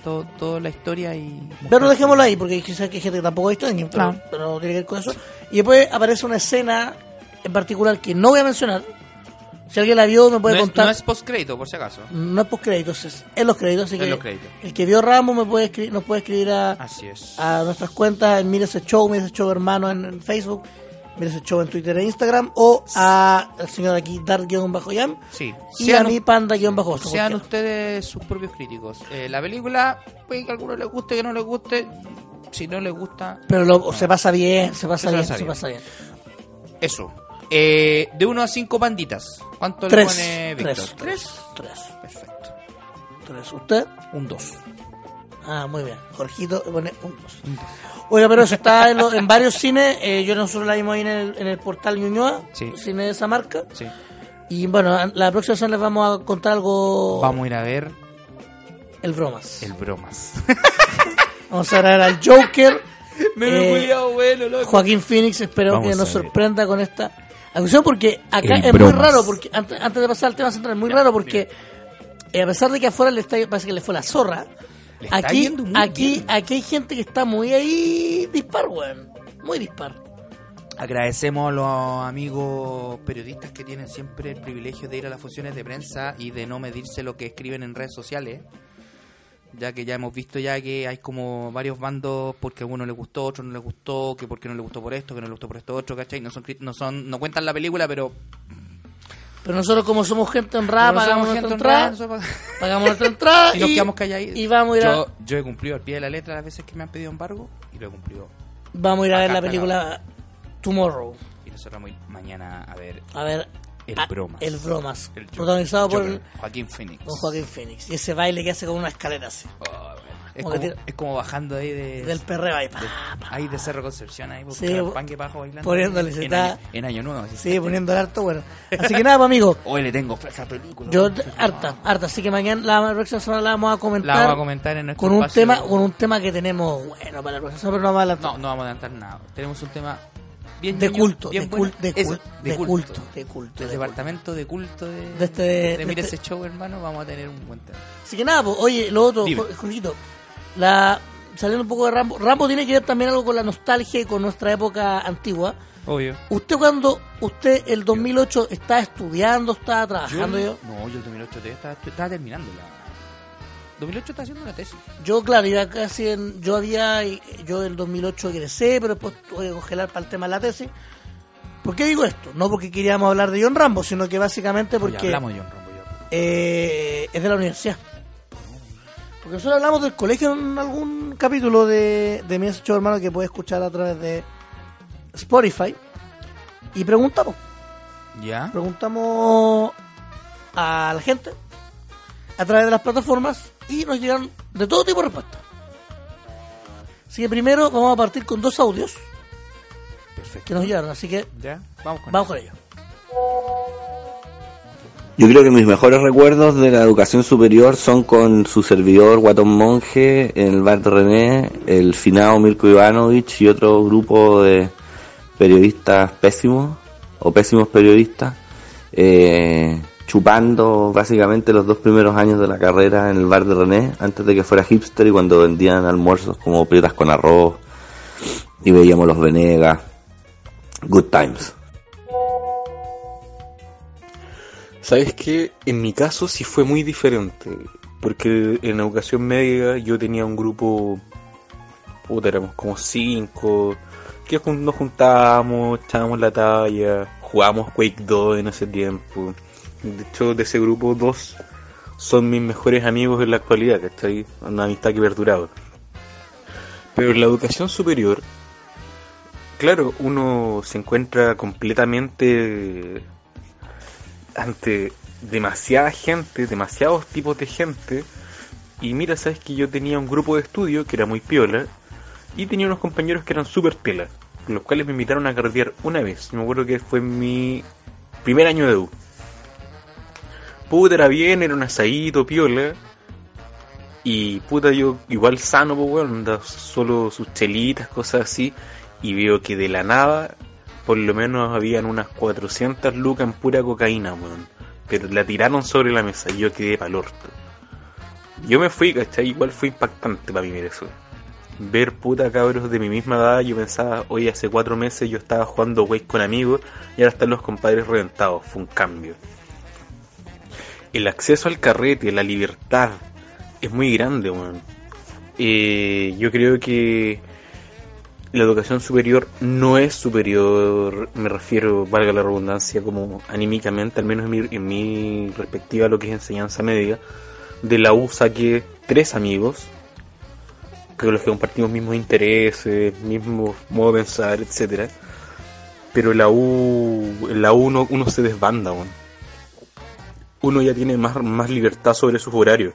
todo- toda la historia y... Pero dejémoslo ahí, porque quizás que hay gente que tampoco ha visto Endgame, pero, No. pero no tiene que ver con eso. Y después aparece una escena en particular que no voy a mencionar. Si alguien la vio, me puede no, es, contar. no es post-crédito, por si acaso. No es post créditos, es en los créditos, así En que los créditos. Ah, el que vio Ramos me puede escri- nos puede escribir a, Así es. a nuestras cuentas en Mira ese show, Mira ese show hermano en, en Facebook, Mira ese show en Twitter e Instagram o a el señor aquí Dark-Yam Sí. y Sean a mí un- Panda-Bajo. Sean ustedes sus propios críticos. Eh, la película, puede que a algunos les guste, que no les guste. Si no les gusta, Pero lo- se pasa bien, se pasa Se bien, pasa se bien. pasa bien. eso. Eh, de 1 a 5 panditas. ¿Cuánto Tres, le pone Víctor? tres, tres, tres, Perfecto. tres. ¿Usted? Un 2. Ah, muy bien. Jorgito pone un dos. Oiga, pero eso está en, lo- en varios cines. Eh, yo nosotros la vimos ahí en el, en el portal Ñuñoa, Sí. cine de esa marca. Sí. Y bueno, an- la próxima semana les vamos a contar algo. Vamos a ir a ver El bromas. el *laughs* bromas. Vamos a grabar al *laughs* Joker. Eh, bueno, loco. Joaquín Phoenix, espero Vamos que nos a ver. sorprenda con esta acusación porque acá El es bromas. muy raro, porque antes, antes de pasar al tema central, es muy Ya, raro porque eh, a pesar de que afuera le está, parece que le fue la zorra, Le está aquí, yendo muy aquí, bien. aquí hay gente que está muy ahí dispar, weón. Muy dispar. Agradecemos a los amigos periodistas que tienen siempre el privilegio de ir a las funciones de prensa y de no medirse lo que escriben en redes sociales. Ya que ya hemos visto ya que hay como varios bandos porque a uno le gustó, a otro no le gustó, que porque no le gustó por esto, que no le gustó por esto otro, ¿cachai? No son, cri- no son, no cuentan la película, pero Pero nosotros como somos gente honrada, Como somos pagamos gente nuestra honrada, entrada, nosotros pagamos nuestra *laughs* entrada y nos quedamos callados. y vamos a ir a, yo, yo he cumplido al pie de la letra las veces que me han pedido embargo y lo he cumplido. vamos a, ir a Acá, ver la acá, película Tomorrow. Y nosotros vamos a ir mañana a ver A ver. El a- Bromas. El Bromas. el Joker. protagonizado por Joker, Joaquín Phoenix. Don Joaquín Phoenix. Y ese baile que hace con una escalera así. Es Como que como, tira- es como bajando ahí de, Del perreo ahí. pa. ahí de Cerro Concepción, ahí Sí, buscando bo- pan que bajo bailando. poniéndole, se en, está- año, en Año Nuevo. así. Sí, poniendo el harto bueno. Así que nada, pues, amigo. Hoy le tengo fe a esa película. Yo t- harta, harta. Así que mañana, la próxima semana la vamos a *laughs* la comentar. vamos a comentar en nuestro con un espacio- tema, con un tema que tenemos bueno para la próxima semana, pero no vamos a adelantar. No, no vamos a adelantar nada. Tenemos un tema bien De ñoño, culto, bien de, bueno. cul- de, Eso, cul- de de culto. culto, de culto. Del de culto. departamento de culto de, De este- de de Mira este- ese show, hermano, vamos a tener un buen tema. Así que nada, pues, oye, lo otro, Dime. Jor- Jorgito, la, saliendo un poco de Rambo, Rambo tiene que ver también algo con la nostalgia y con nuestra época antigua. Obvio. Usted cuando, usted el 2008 está estudiando, está trabajando, yo, No, yo el 2008 te- estaba, estaba terminando la... 2008 está haciendo una tesis. yo claro, iba casi en, yo había, yo el 2008 egresé, pero después tuve que congelar para el tema de la tesis. ¿Por qué digo esto? No porque queríamos hablar de John Rambo, sino que básicamente Porque porque hablamos de John Rombo. yo. eh, es de la universidad. Porque nosotros hablamos del colegio en algún capítulo de, de Mi Hecho Hermano que puede escuchar a través de Spotify. Y preguntamos, ¿Ya? preguntamos a la gente a través de las plataformas y nos llegan de todo tipo de respuestas. Así que primero vamos a partir con dos audios que Perfecto. nos llegaron, así que ¿Ya? Vamos con vamos con ellos. Yo creo que mis mejores recuerdos de la educación superior son con su servidor Guatón Monje, el Bart René, el finado Mirko Ivanovich y otro grupo de periodistas pésimos o pésimos periodistas, eh, chupando básicamente los dos primeros años de la carrera en el Bar de René, antes de que fuera hipster y cuando vendían almuerzos como piedras con arroz y veíamos los Venegas. Good times. ¿Sabes qué? En mi caso sí fue muy diferente, porque en educación media yo tenía un grupo, puta, éramos como cinco, que jun- nos juntábamos, echábamos la talla, jugábamos Quake 2 en ese tiempo. De hecho, de ese grupo, dos son mis mejores amigos en la actualidad, ¿cachai? Una amistad que perduraba. Pero en la educación superior, claro, uno se encuentra completamente ante demasiada gente, demasiados tipos de gente. Y mira, sabes que yo tenía un grupo de estudio que era muy piola y tenía unos compañeros que eran súper piola, los cuales me invitaron a carretear una vez. Me acuerdo que fue mi primer año de U. Puta, era bien, era un asadito, piola. Y puta, yo igual sano, pues weón, onda, solo sus chelitas, cosas así. Y veo que de la nada, por lo menos habían unas 400 lucas en pura cocaína, weón. Pero la tiraron sobre la mesa y yo quedé pa'l orto. Yo me fui, ¿cachai? Igual fue impactante para mí ver eso. Ver puta cabros de mi misma edad, yo pensaba, oye, hace cuatro meses yo estaba jugando Waze con amigos y ahora están los compadres reventados. Fue un cambio. El acceso al carrete, la libertad, es muy grande, weón. Eh, yo creo que la educación superior no es superior, me refiero, valga la redundancia, como anímicamente, al menos en mi, en mi perspectiva, lo que es enseñanza media. De la U saqué tres amigos, con los que compartimos mismos intereses, mismo modo de pensar, etcétera. Pero la U, en la U uno, uno se desbanda, weón. uno ya tiene más, más libertad sobre sus horarios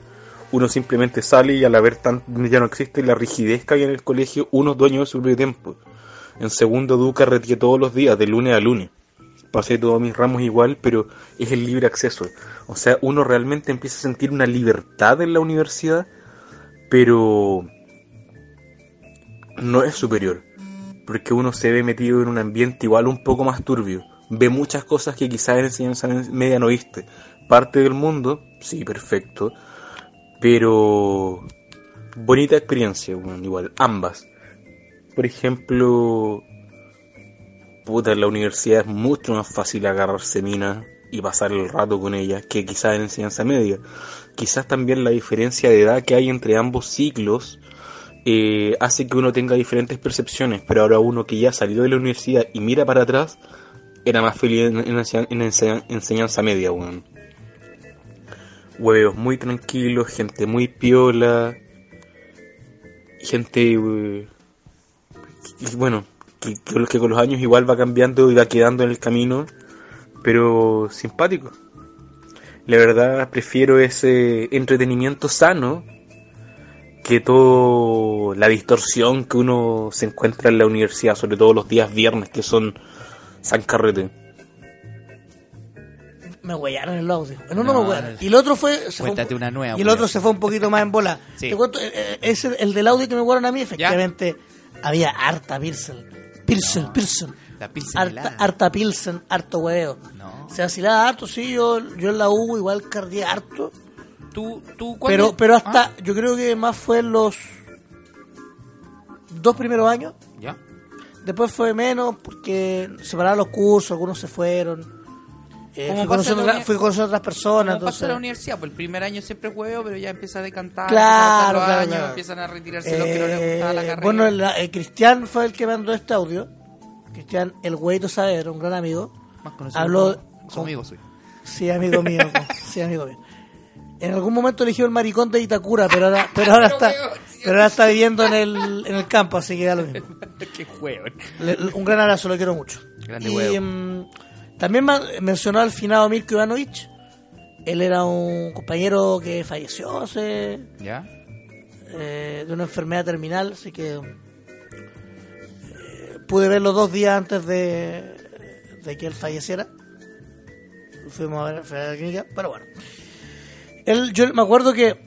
uno simplemente sale y al haber tan, ya no existe la rigidez que había en el colegio, uno es dueño de su propio tiempo. En segundo Duca retié todos los días, de lunes a lunes. Pasé todos mis ramos igual, pero es el libre acceso. O sea, uno realmente empieza a sentir una libertad en la universidad, pero no es superior. Porque uno se ve metido en un ambiente igual un poco más turbio. Ve muchas cosas que quizás en enseñanza media no viste. Parte del mundo, sí, perfecto. Pero bonita experiencia, bueno, igual, ambas. Por ejemplo, puta, en la universidad es mucho más fácil agarrarse minas y pasar el rato con ellas que quizás en enseñanza media. Quizás también la diferencia de edad que hay entre ambos ciclos eh, hace que uno tenga diferentes percepciones, pero ahora uno que ya salió de la universidad y mira para atrás, era más feliz en, en, en enseñanza, enseñanza media, bueno huevos muy tranquilos, gente muy piola, gente, eh, que, bueno, que, que, con los años igual va cambiando y va quedando en el camino, pero simpático. La verdad prefiero ese entretenimiento sano que toda la distorsión que uno se encuentra en la universidad, sobre todo los días viernes que son San Carrete me huellaron el audio. En uno no, me huellaron. Y el otro fue. Se Cuéntate fue un, una nueva, Y el weón. otro se fue un poquito más en bola. *laughs* Sí. Te cuento, eh, eh, ese, el del audio que me huellaron a mí, efectivamente, había harta Pilsen. Pilsen, Pilsen. La Pilsen Harta, helada. harta Pilsen, harto hueveo. No. Se vacilaba harto, sí, yo, yo en la U igual cardí harto. ¿Tú, tú cuándo- Pero, pero hasta, ¿Ah? yo creo que más fue en los dos primeros años. ¿Ya? Después fue menos porque separaron los cursos, algunos se fueron. Eh, Como pasa fui, conociendo en la otra- uni- fui conociendo otras personas. Como pasa entonces- en la universidad, pues el primer año siempre hueveo, pero ya empieza a decantar. Claro, pasan los claro, años, claro. Empiezan a retirarse los que no les Eh, gustaba la carrera. Bueno, la- eh, Cristian fue el que mandó este audio. Cristian, el güeyito Saavedra, un gran amigo. Más conocido Habló. como- con- como amigo suyo. Sí, amigo mío. con- sí, amigo mío. En algún momento eligió el maricón de Itacura, pero ahora, pero ahora está, pero ahora está viviendo en el, en el campo, así que da lo mismo. *laughs* Qué hueón. Le- le- un gran abrazo, lo quiero mucho. Grande y huevo. mm, también ma- mencionó al finado Mirko Ivanovich. Él era un compañero que falleció hace ¿Ya? eh, de una enfermedad terminal, así que eh, pude verlo dos días antes de, de que él falleciera. Fuimos a ver, fui a la clínica, pero bueno. Él, yo me acuerdo que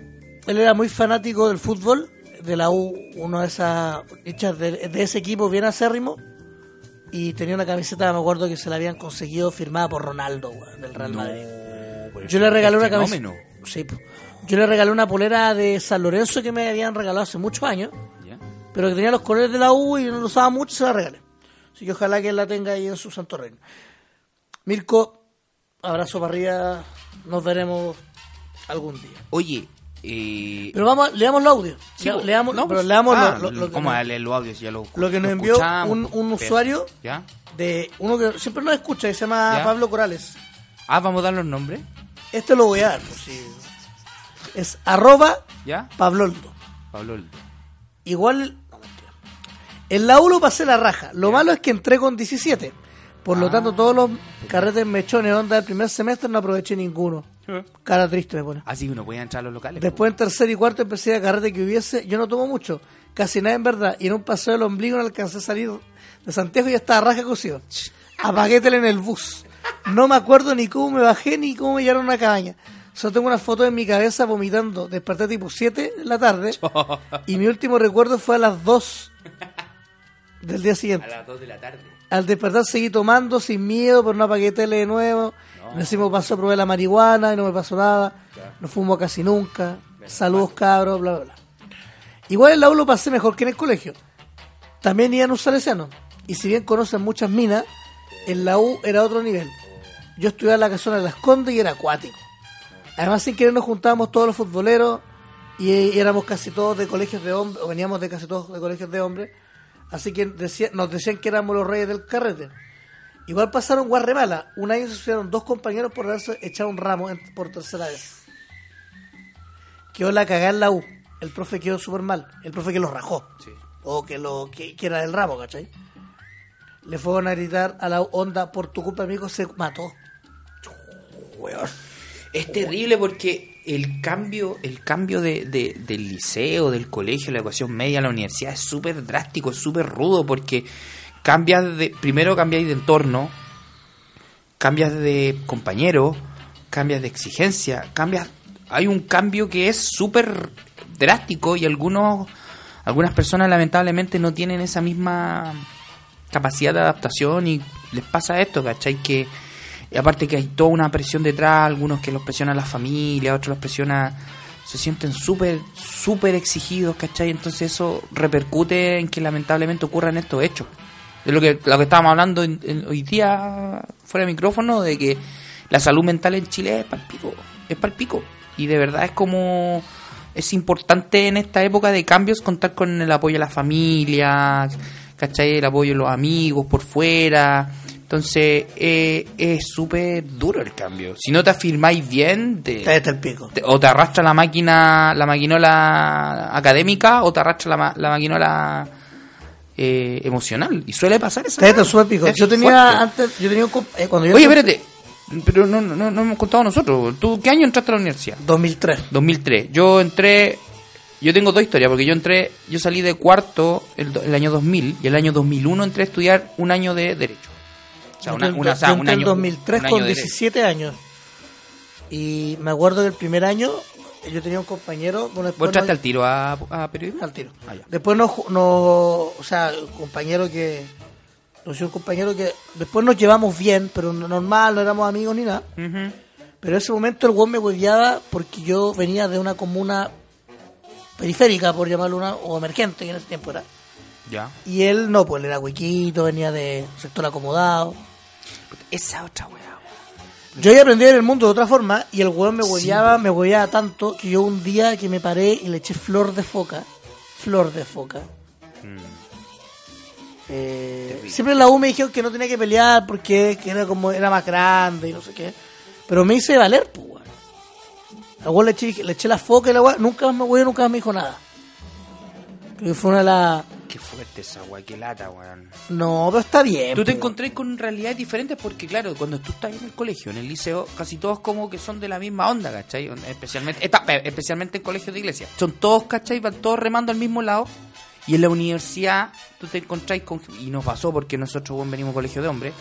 él era muy fanático del fútbol, de la U, uno de esas hinchas de, de ese equipo bien acérrimo. Y tenía una camiseta, me acuerdo que se la habían conseguido firmada por Ronaldo, weón, del Real Madrid. Yo le regalé una fenómeno. camiseta. Sí, po. yo le regalé una polera de San Lorenzo que me habían regalado hace muchos años, ¿Ya? pero que tenía los colores de la U y no lo usaba mucho, se la regalé. Así que ojalá que la tenga ahí en su santo reino. Mirko, abrazo para arriba, nos veremos algún día. Oye, eh, Pero vamos, a- leamos el audio. sí, Le- vos- leamos, no, pero pues- leamos ah, lo, lo- lo que ¿Cómo nos- darle los audios? Si ya lo, lo que nos lo envió escuchamos, un- un pues, usuario. ¿Ya? de uno que siempre nos escucha, que se llama Ya. Pablo Corales. Ah, ¿vamos a dar los nombres? Este lo voy a dar. pues, sí. Es arroba ¿Ya? Pabloldo. Pablo Oldo. Igual. no, mentira. En la U lo pasé la raja. Lo malo es que entré con 17. Por lo tanto, todos los carretes mechones onda del primer semestre no aproveché ninguno. Cara triste me pone. Así Ah, uno podía entrar a los locales. Después en tercer y cuarto empecé a carrete que hubiese. Yo no tomo mucho, casi nada en verdad. Y en un paseo del ombligo no alcancé a salir de Santiago y ya estaba raja cocido. Apagué tele en el bus. No me acuerdo ni cómo me bajé ni cómo me llevaron a una cabaña. Solo tengo una foto en mi cabeza vomitando. Desperté tipo 7 de la *laughs* tarde. Y mi último recuerdo fue a las 2 del día siguiente. A las 2 de la tarde. Al despertar seguí tomando sin miedo, pero no apagué tele de nuevo. No. me pasó, probé la marihuana y no me pasó nada. No fumo casi nunca. Saludos, cabros, bla, bla, bla. Igual en la U lo pasé mejor que en el colegio. También iban los salesianos. Y si bien conocen muchas minas, en la U era otro nivel. Yo estudiaba en la casona de las Condes y era acuático. Además, sin querer nos juntábamos todos los futboleros y, y éramos casi todos de colegios de hombres, o veníamos de casi todos de colegios de hombres. Así que decía- nos decían que éramos los reyes del carrete. Igual pasaron guarre mala. Un año se suicidaron dos compañeros por haberse echado un ramo en- por tercera vez. Quedó la cagada en la U. El profe quedó súper mal. El profe que los rajó. O que, lo, que, que era del ramo, ¿cachai? Le fueron a gritar a la U, onda, por tu culpa, amigo, se mató. Es terrible porque el cambio, el cambio de, de- del liceo, del colegio, la educación media, la universidad es súper drástico, es súper rudo porque cambias de, primero cambias de entorno, cambias de compañero, cambias de exigencia, cambias, hay un cambio que es súper drástico y algunos, algunas personas lamentablemente no tienen esa misma capacidad de adaptación y les pasa esto, ¿cachai? Que y aparte que hay toda una presión detrás, algunos que los presiona la familia, otros los presiona, se sienten súper, súper exigidos, ¿cachai? Entonces eso repercute en que lamentablemente ocurran estos hechos. De lo que, lo que estábamos hablando en- en- hoy día fuera de micrófono, de que la salud mental en Chile es palpico, es palpico. Y de verdad es como es importante en esta época de cambios contar con el apoyo de las familias, ¿cachai? El apoyo de los amigos por fuera. Entonces eh, es súper duro el cambio. Si no te afirmáis bien, te- Está hasta el pico. te- o te arrastra la máquina, la maquinola académica o te arrastra la, ma- la maquinola eh, emocional. Y suele pasar eso. Está hasta el súper pico. Es Yo tenía fuerte. antes, yo tenía un comp- eh, cuando yo Oye, espérate. Pero no, no, no, no hemos contado nosotros. ¿Tú qué año entraste a la universidad? 2003. 2003. Yo entré. Yo tengo dos historias, porque yo entré. Yo salí de cuarto el, do- el año 2000 y el año 2001 entré a estudiar un año de Derecho. O sea, Yo una, entré- una- o sea, yo un entré en año- 2003 un año con de Derecho. 17 años. Y me acuerdo que el primer año yo tenía un compañero. Bueno, ¿Vos después entraste nos- al tiro a, a periodismo? al tiro. Ah, ya. Después nos, ju- nos- O sea, un compañero que. Nos hizo un compañero que. Después nos llevamos bien, pero no- normal, no éramos amigos ni nada. Ujú. Pero en ese momento el weón me hueviaba porque yo venía de una comuna periférica, por llamarlo una, o emergente, que en ese tiempo era. Ya. Y él no, pues él era huequito, venía de sector acomodado. Esa otra weá. Yo ya aprendí a ver el mundo de otra forma y el weón me hueveaba, pues. me hueveaba tanto que yo un día que me paré y le eché flor de foca. Flor de foca. Hmm. Eh, siempre en la U me dijeron que no tenía que pelear porque que era como era más grande y no sé qué. Pero me hice valer, pues, weón. Al weón le eché, le eché la foca y la weá, nunca más me hueveó, nunca más me dijo nada. Creo que fue una de las. Qué fuerte esa weá, qué lata, weón. No, pero está bien. Tú te pues, weón. encontrás con realidades diferentes porque, claro, cuando tú estás en el colegio, en el liceo, casi todos como que son de la misma onda, ¿cachai? Especialmente, esta- eh, especialmente en colegios de iglesia. Son todos, ¿cachai? Van todos remando al mismo lado. Y en la universidad tú te encontrás con... Y nos pasó porque nosotros, weón, venimos de colegio de hombres.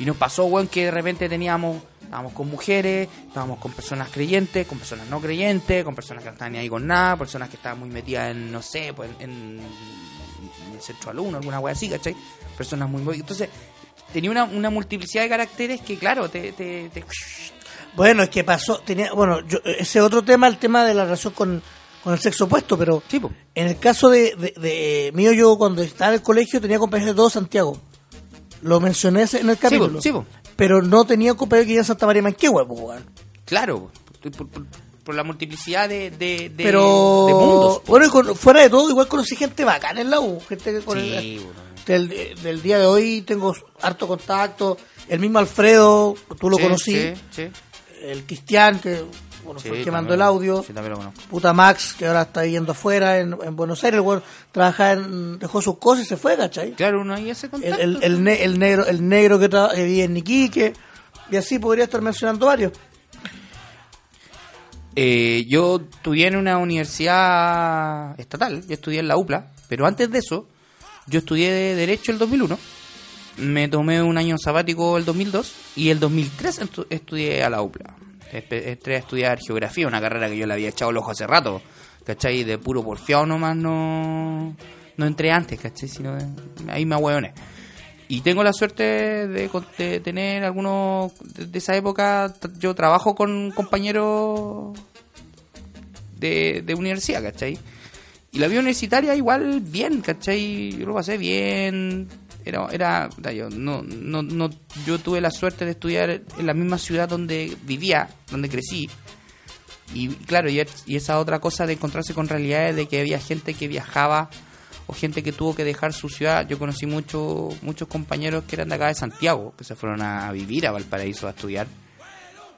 Y nos pasó, weón, que de repente teníamos... Estábamos con mujeres, estábamos con personas creyentes, con personas no creyentes, con personas que no estaban ni ahí con nada, personas que estaban muy metidas en, no sé, pues en, en el centro alumno, alguna wea así, ¿cachai? Personas muy... muy- Entonces, tenía una, una multiplicidad de caracteres que, claro, te... te, te- Bueno, es que pasó, tenía, bueno, yo- ese otro tema, el tema de la relación con, con el sexo opuesto, pero Sí, po. en el caso de, de- de eh, mío, yo cuando estaba en el colegio tenía compañeros de todo Santiago. Lo mencioné ese- en el po, capítulo. sí, po. Pero no tenía compañeros que iban a Santa María Manquehue, po, weón. Claro, por, por- por- por la multiplicidad de, de, de- pero, de mundos. bueno, y con- fuera de todo, igual conocí gente bacana en la U. Gente que con el- Sí, bueno. del, del día de hoy tengo harto contacto. El mismo Alfredo, tú lo Sí, conocí. sí, sí. El Cristian, que bueno, Sí, fue el que también mandó el lo- audio. Sí, también lo conozco. Puta Max, que ahora está yendo afuera en, en Buenos Aires, el weón trabaja en, dejó sus cosas y se fue, ¿cachai? Claro, uno ahí hace El, contacto. el, el ne- el negro, el negro que, traba- que vive en Iquique, y así podría estar mencionando varios. Eh, yo estudié en una universidad estatal, yo estudié en la UPLA, pero antes de eso, yo estudié de Derecho el 2001, me tomé un año sabático el 2002 y el 2003 estu- estudié a la UPLA. Espe- Entré a estudiar Geografía, una carrera que yo le había echado el ojo hace rato, ¿cachai? De puro porfiado nomás no, no entré antes, ¿cachai? Sino, eh, ahí me ahueoné. Y tengo la suerte de, con- de tener algunos de, de esa época. t- Yo trabajo con compañeros de, de universidad, ¿cachai? Y la vida universitaria igual bien, ¿cachai? Yo lo pasé bien. Era, era puta, yo, no, no, no, yo tuve la suerte de estudiar en la misma ciudad donde vivía, donde crecí. Y claro, y, es- y esa otra cosa de encontrarse con realidades de que había gente que viajaba o gente que tuvo que dejar su ciudad. Yo conocí mucho, muchos compañeros que eran de acá de Santiago, que se fueron a vivir a Valparaíso a estudiar.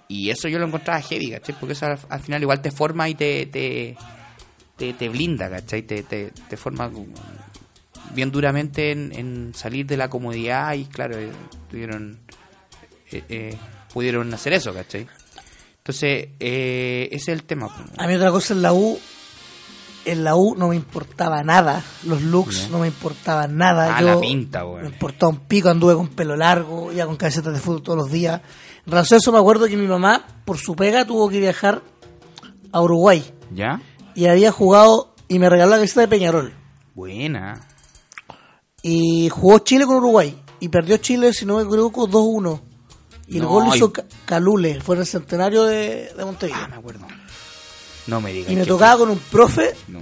Y eso yo lo encontraba heavy, ¿cachai? Porque eso al, al final igual te forma y te, te, te, te blinda, ¿cachai? Te, te, te forma como bien duramente en, en salir de la comodidad y claro, eh, tuvieron, eh, eh, pudieron hacer eso, ¿cachai? Entonces, eh, ese es el tema. pues. A mí otra cosa en la U, en la U no me importaba nada, los looks no, me importaban nada. Ah, Yo la pinta, weón. Me importaba un pico, anduve con pelo largo, ya con camisetas de fútbol todos los días. En relación a eso me acuerdo que mi mamá, por su pega, tuvo que viajar a Uruguay ¿Ya? y había jugado y me regaló la camiseta de Peñarol. Buena. Y jugó Chile con Uruguay y perdió Chile, si no me equivoco, 2-1. Y el No, gol lo y- hizo Ca- Calule, fue en el centenario de, de Montevideo. Ah, me acuerdo. No me digas. y me que- tocaba con un profe No.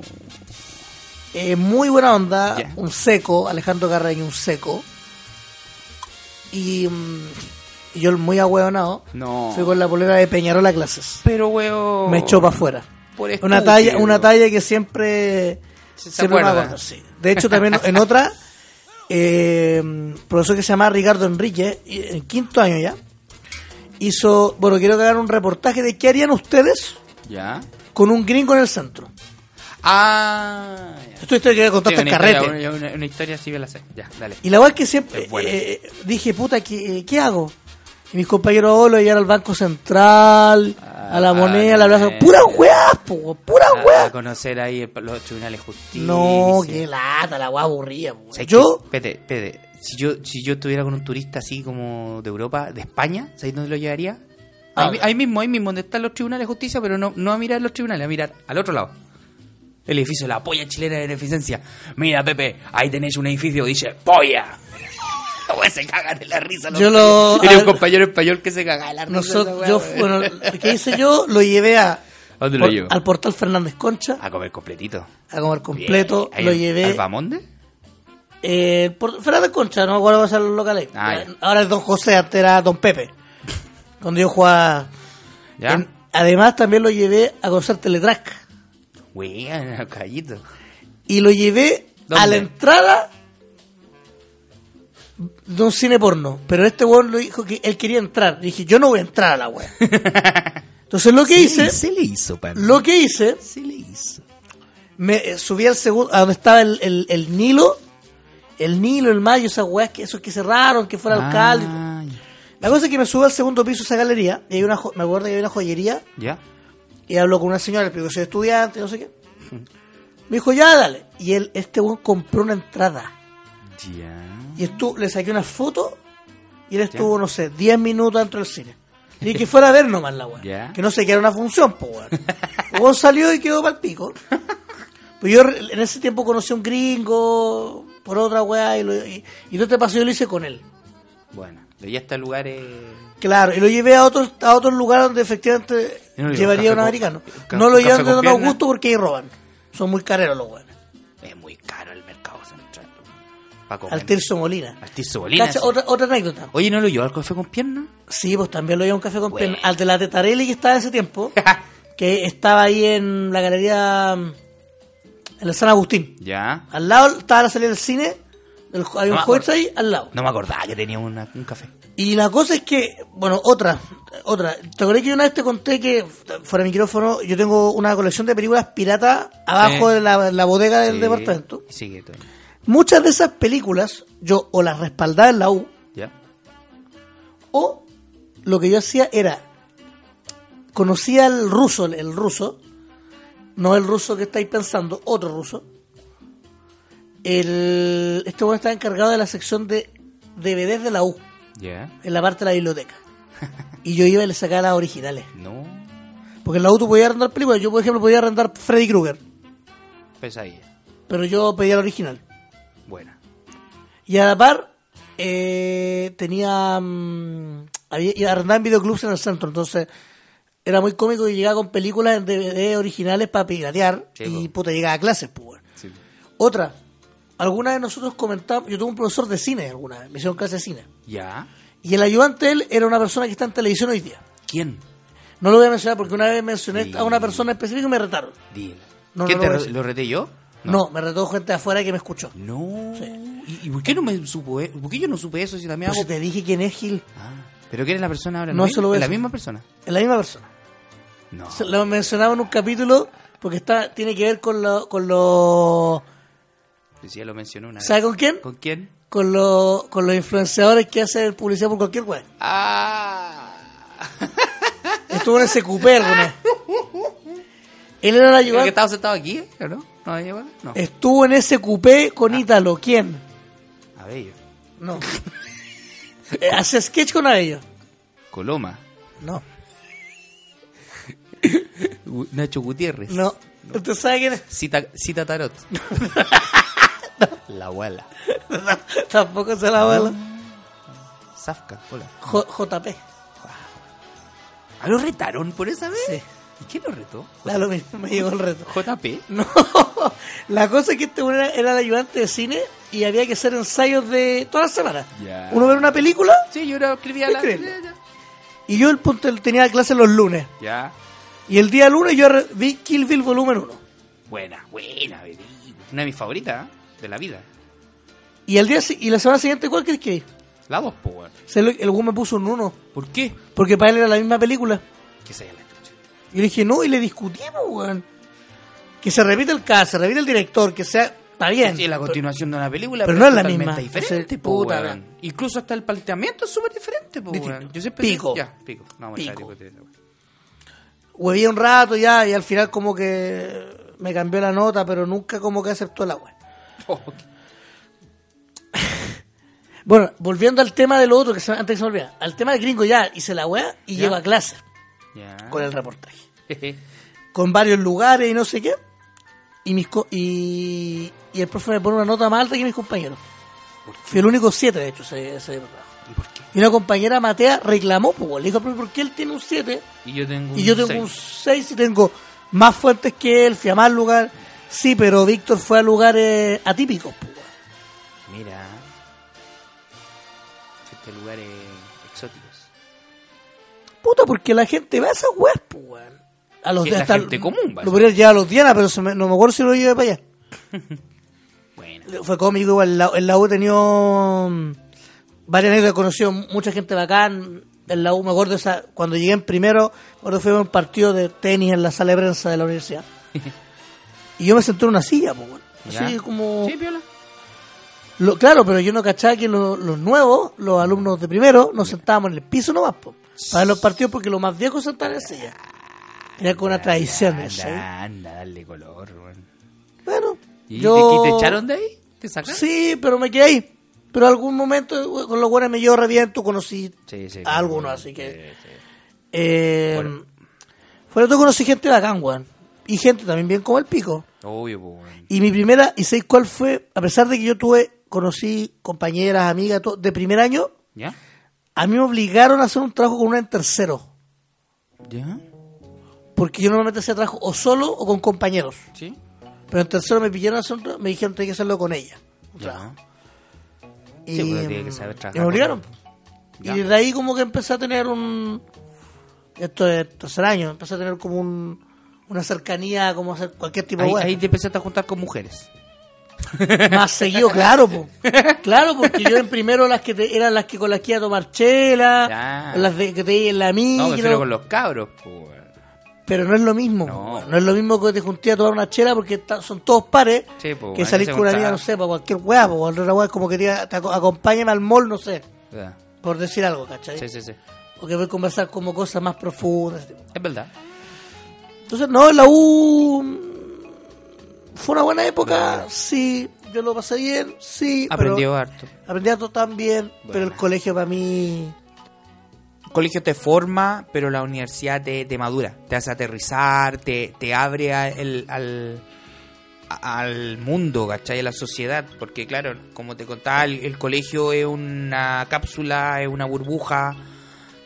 Eh, muy buena onda, Ya. un seco, Alejandro Carreño, un seco. Y, mm, y yo el muy ahueonado, No. fui con la polera de Peñarol a clases. Pero, weón. Me echó para afuera. Por Una estúpido. talla, una talla que siempre, Se- se siempre me va a acuerda. acordar, sí. De hecho, también en otra, *laughs* eh, un profesor que se llama Ricardo Enrique, y- en quinto año ya, hizo, bueno, quiero que hagan un reportaje de qué harían ustedes ¿Ya? con un gringo en el centro. Ah. ya. Esto es historia que contaste Sí, en una carrete. historia- una, una historia así me la sé. Ya, dale. Y la verdad es que siempre Es buena. eh, eh, dije, puta, ¿qué, eh, qué hago? Y mis compañeros, oh, lo llevaron al Banco Central, a la Ah, moneda, a la bien. plaza. ¡Puras weas, po, weón! ¡Puras A- A, weas! conocer ahí el- los tribunales de justicia. No, qué lata, la wea aburrida, po, weón. O sea, Yo, que- espérate, espérate. Si yo, si yo estuviera con un turista así como de Europa, de España, ¿sabes dónde lo llevaría? Ah, Ahí, mi- ahí mismo, ahí mismo, donde están los tribunales de justicia, pero no, no a mirar los tribunales, a mirar al otro lado. El edificio de la polla chilena de beneficencia. Mira, Pepe, ahí tenéis un edificio que dice ¡Polla! *laughs* Güey, se cagan de la risa. los Yo lo- *laughs* Tiene a un ver- compañero español que se caga de la risa. esa nosotros, weá, yo, güey. bueno, ¿qué hice yo? Lo llevé a, ¿A dónde lo por- llevo? al portal Fernández Concha, A Ah, comer completito. a comer completo. Bien. Lo Ahí, llevé. ¿Al Bamonde? Eh, por, Fernández Concha, no me acuerdo cuál va a ser el local ahí. Ah, ya. Ahora es Don José, antes era Don Pepe. Cuando yo jugaba. ¿Ya? En- además, también lo llevé a conocer Teletrack. Güey, en el *laughs* callito. y lo llevé ¿Dónde? a la entrada de un cine porno. Pero este weón lo dijo que él quería entrar. Le dije, yo no voy a entrar a *laughs* la wea. Entonces lo que hice, le hizo, pan. lo que hice, Se le hizo. me eh, subí al segundo, a donde estaba el, el- el Nilo, el Nilo, el Mayo, esas weas, que, esos que cerraron, que fuera Ah. alcalde. La cosa es que me subí al segundo piso de esa galería, y hay una jo- me acuerdo que había una joyería, ¿Ya? y habló con una señora, le explicó que soy estudiante, no sé qué. Me dijo, ya, dale. Y él, este weón compró una entrada. Ya. y estuvo, le saqué una foto y él estuvo, no sé, 10 minutos dentro del cine. Y que fuera a ver nomás la weá. Ya. Que no sé, que era una función, po weón. El weón salió y quedó pa'l pico. Pues yo re- en ese tiempo conocí a un gringo por otra weá y, lo- y, y todo este paseo yo lo hice con él. Bueno, de ya este está lugares. Claro, y lo llevé a otros a otros lugares donde efectivamente Yo no llevo café llevaría a un con- americano. ca- no lo café llevan de con Don pierna. Augusto porque ahí roban. Son muy careros los weones. Es muy caro el mercado central. Pa' comer. Al Tirso Molina. Al Tirso Molina, Cacha, sí. Otra, otra anécdota. Oye, ¿no lo llevó al café con pierna? Sí, pues también lo llevó un café con Bueno. pierna. Al de la Tetarelli que estaba en *laughs* ese tiempo, que estaba ahí en la galería mm, en el San Agustín. *laughs* ya. Al lado estaba la salida del cine, el ju- había No un me juez acuerdo. ahí al lado. Ah, No me acordaba que tenía una- un café. Y la cosa es que, bueno, otra, otra. ¿Te acordás que yo una vez te conté que, fuera de micrófono, yo tengo una colección de películas piratas abajo Sí. de la, la bodega del Sí. departamento? Sigue todo. Muchas de esas películas yo o las respaldaba en la U, ¿Ya? O lo que yo hacía era, conocía al ruso, el- el ruso, no el ruso que estáis pensando, otro ruso. El, este bueno estaba encargado de la sección de DVDs de la U, ¿Ya? en la parte de la biblioteca. Y yo iba y le sacaba las originales. No. Porque en la U tú podías arrendar películas. Yo, por ejemplo, podía arrendar Freddy Krueger, Pesadilla. pero yo pedía la original. Buena. Y a la par, eh, tenía. mm, había, y arrendaba en videoclubs en el centro, entonces era muy cómico que llegaba con películas en DVD originales para piratear Sí, y po. puta llegaba a clases, pues. weón. Sí. Otra, alguna de nosotros comentamos, yo tuve un profesor de cine alguna vez, me hicieron clase de cine. ¿Ya? Y el ayudante de él era una persona que está en televisión hoy día. ¿Quién? No lo voy a mencionar porque una vez mencioné Sí. a una persona específica y me retaron. Dile. ¿Quién No, no te lo voy a re- decir. lo reté yo? No. me retó gente de afuera que me escuchó. Mm. No. ¿Y, y por qué no me supo eso? ¿Por qué yo no supe eso si también Pero hago... Pues si te dije quién es Gil, Ah, ¿Pero quién es la persona ahora? No es? se lo voy a ¿Es la decir. misma persona? es la misma persona. No. Se- Lo mencionaba en un capítulo porque está tiene que ver con lo, con lo, Si ya lo mencionó una vez. ¿Sabe con quién? ¿Con quién? con lo, con los influenciadores que hacen publicidad por cualquier web. Ah. Estuvo en ese cupé alguna vez. Él era ¿Creo el que ayudante. estaba sentado aquí? ¿eh? ¿O no? ¿No había llegado? No. Estuvo en ese cupé con Ah. Ítalo. ¿Quién? A ver, *laughs* No. Eh, Hace sketch con ellos. Coloma. No. Gu- Nacho Gutiérrez. No. ¿Usted sabe quién es? Cita, cita *laughs* Tarot. La abuela. *laughs* Tampoco se la va Zafka, hola. JP. ¿Ah, lo retaron por esa vez? Sí. ¿Y quién lo retó? Da lo mismo, me llegó *laughs* el reto. ¿JP? No. *laughs* La cosa es que este weón era, era el ayudante de cine y había que hacer ensayos de todas las semanas. Ya. Uno ver una película Sí, yo era, escribía la... Escribe. y yo el punto tenía clase los lunes. Ya. Y el día lunes yo re- vi Kill Bill volumen 1. Buena, buena, baby. Una de mis favoritas ¿eh? de la vida. Y el día si- y la semana siguiente, ¿cuál crees que es? La dos, Power. Se lo- El weón me puso un 1, ¿Por qué? porque para él era la misma película. Que se haya la chucha. Y le dije, no, y le discutimos, weón. Que se repite el caso, se repite el director, que sea... Está bien. Es la continuación de una película, pero no es la totalmente misma. diferente, Entonces, po, puta, weón. la- Incluso hasta el planteamiento es súper diferente, po, Distinto. weón. Yo siempre Pico. Ya, pico. No, vamos a Pico. estar discutiendo, *laughs* weón. huevía un rato ya y al final como que me cambió la nota, pero nunca como que aceptó la web. Oh, Bueno, volviendo al tema de lo otro, que se- antes que se me olvidara, al tema del gringo ya hice la web y Ya. llego a clase Ya. *laughs* con el reportaje. Jeje. Con varios lugares y no sé qué. Y, mis co- y, y el profe me pone una nota más alta que mis compañeros. Fui el único siete, de hecho, ese, ese reportaje. ¿Y por qué? Y una compañera Matea reclamó, pues, weón. le dijo, "Profe, ¿por qué él tiene un 7 Y yo tengo Y yo tengo seis. un 6 y tengo más fuertes que él, fui a más lugar. Sí, pero Víctor fue a lugares atípicos. pues, weón. Mira. Este Fuiste a lugares exóticos. Puta, porque la gente va a esas weas, pues, weón. A los Sí, de- la hasta- gente común va a Lo esas podría llevar a los Diana, pero se me- no me acuerdo si lo llevé para allá. Bueno. Fue cómico, igual. En la, en la U he tenido mm, varias anécdotas, he conocido mucha gente bacán. En la U me acuerdo, esa, cuando llegué en primero, me acuerdo que fui a un partido de tenis en la sala de prensa de *laughs* la universidad. y yo me senté en una silla, pues, weón. Así Ya. como. Sí, piola. Lo- claro, pero yo no cachaba que lo- los nuevos, los alumnos de primero, nos sentábamos en el piso nomás, po, para ver los partidos, porque los más viejos sentaban en silla. Era como una tradición Anda, eso, ¿eh? anda, anda, dale color, weón. Bueno, ¿Y yo... te, y te echaron de ahí? ¿Te sacaron? Sí, pero me quedé ahí. Pero algún momento, we- con los buenos me llevo reviento, conocí Sí, sí, a algunos, sí, así que... sí, sí. eh, Bueno. Fuera de todo conocí gente bacán, weón. Y gente también bien como el pico. Obvio, pues, po, weón. Y mi primera, y seis cuál fue, a pesar de que yo tuve, conocí compañeras, amigas, todo, de primer año, ¿Ya? A mí me obligaron a hacer un trabajo con una en tercero. ¿Ya? Porque yo normalmente hacía trabajo o solo o con compañeros. ¿Sí? Pero en tercero me pillaron a hacer un trabajo, me dijeron que tenía que hacerlo con ella. un Ya. trabajo. Sí, porque pues, tiene que saber trabajar y me obligaron. con- Y Ya. desde ahí como que empecé a tener un... Esto es tercer año, empecé a tener como un, una cercanía, como hacer cualquier tipo de... Ahí, web. ahí te empezaste a juntar con mujeres. *laughs* más seguido, claro, po. claro, porque yo en primero las que te- eran las que con las que iba a tomar chela, Ya. las de, que te iba en la micro, No, me refiero con los cabros, pues, po, weón. Pero no es lo mismo. No. No, es lo mismo que te junté a tomar una chela porque ta- son todos pares. Sí, po, pues, que hay salís que con una amiga, juntar. no sé, para cualquier hueá, po, cualquier otra hueá, es como que te, diga, te aco- acompáñame al mall, no sé, Ya. por decir algo, ¿cachai? Sí, sí, sí. Porque voy a conversar como cosas más profundas. ese tipo. Es verdad. Entonces, no, la U mm, fue una buena época, sí, yo lo pasé bien, sí. pero Aprendió harto. Aprendí a todo tan bien, pero el colegio para mí... El colegio te forma, pero la universidad te, te madura, te hace aterrizar, te, te abre a- el- al, a- al mundo, ¿cachai? A la sociedad, porque claro, como te contaba, el, el colegio es una cápsula, es una burbuja,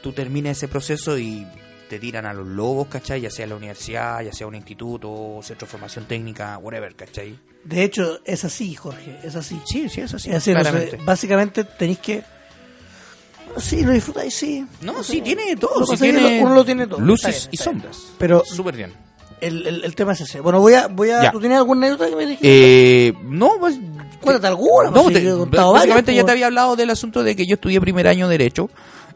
tú terminas ese proceso y te tiran a los lobos, ¿cachai? Ya sea la universidad, ya sea un instituto, centro de formación técnica, whatever, ¿cachai? De hecho, es así, Jorge, es así. Sí, sí, eso sí, Es así, no sé, claramente. básicamente tenéis que... Sí, lo disfrutáis, sí. No, O sí, sea, tiene de todo. lo sí conseguís, tiene Uno lo tiene todo. Luces Está bien, y está bien. sombras. Pero- Súper bien. El, el, el tema es ese. Bueno, voy a... Voy a Ya. ¿Tú tienes alguna anécdota que me dijiste? Eh, no, pues. Cuéntate alguna, No, pues, te- si yo he contado básicamente varias, ya pues. te había hablado del asunto de que yo estudié primer año de Derecho.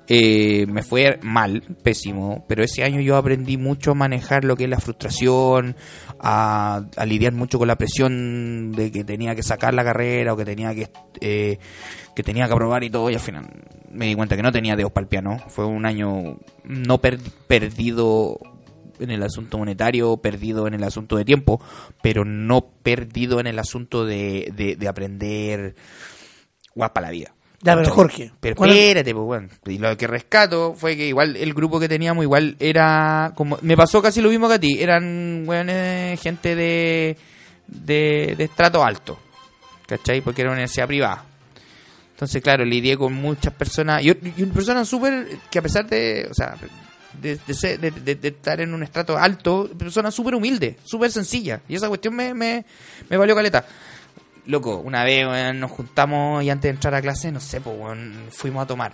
Eh, me fue mal, pésimo, pero ese año yo aprendí mucho a manejar lo que es la frustración, a, a lidiar mucho con la presión de que tenía que sacar la carrera o que tenía que, eh, que tenía que aprobar y todo, y al final me di cuenta que no tenía dedos para el piano. Fue un año no per- perdido en el asunto monetario, perdido en el asunto de tiempo, pero no perdido en el asunto de, de, de aprender guapa la vida. Ya, pero ¿Cachai? Jorge, Pero ¿cuál es- espérate, pues, weón. Y lo que rescato fue que igual el grupo que teníamos igual era como... Me pasó casi lo mismo que a ti. Eran, weón, eh, gente de, de, de estrato alto. ¿Cachai? Porque era una universidad privada. Entonces, claro, lidié con muchas personas. Y, y una persona súper que a pesar de, o sea, de, de ser- de- de- de estar en un estrato alto, persona súper humilde, súper sencilla. Y esa cuestión me, me, me valió caleta. Loco, una vez weón, nos juntamos y antes de entrar a clase, no sé, pues, weón, fuimos a tomar.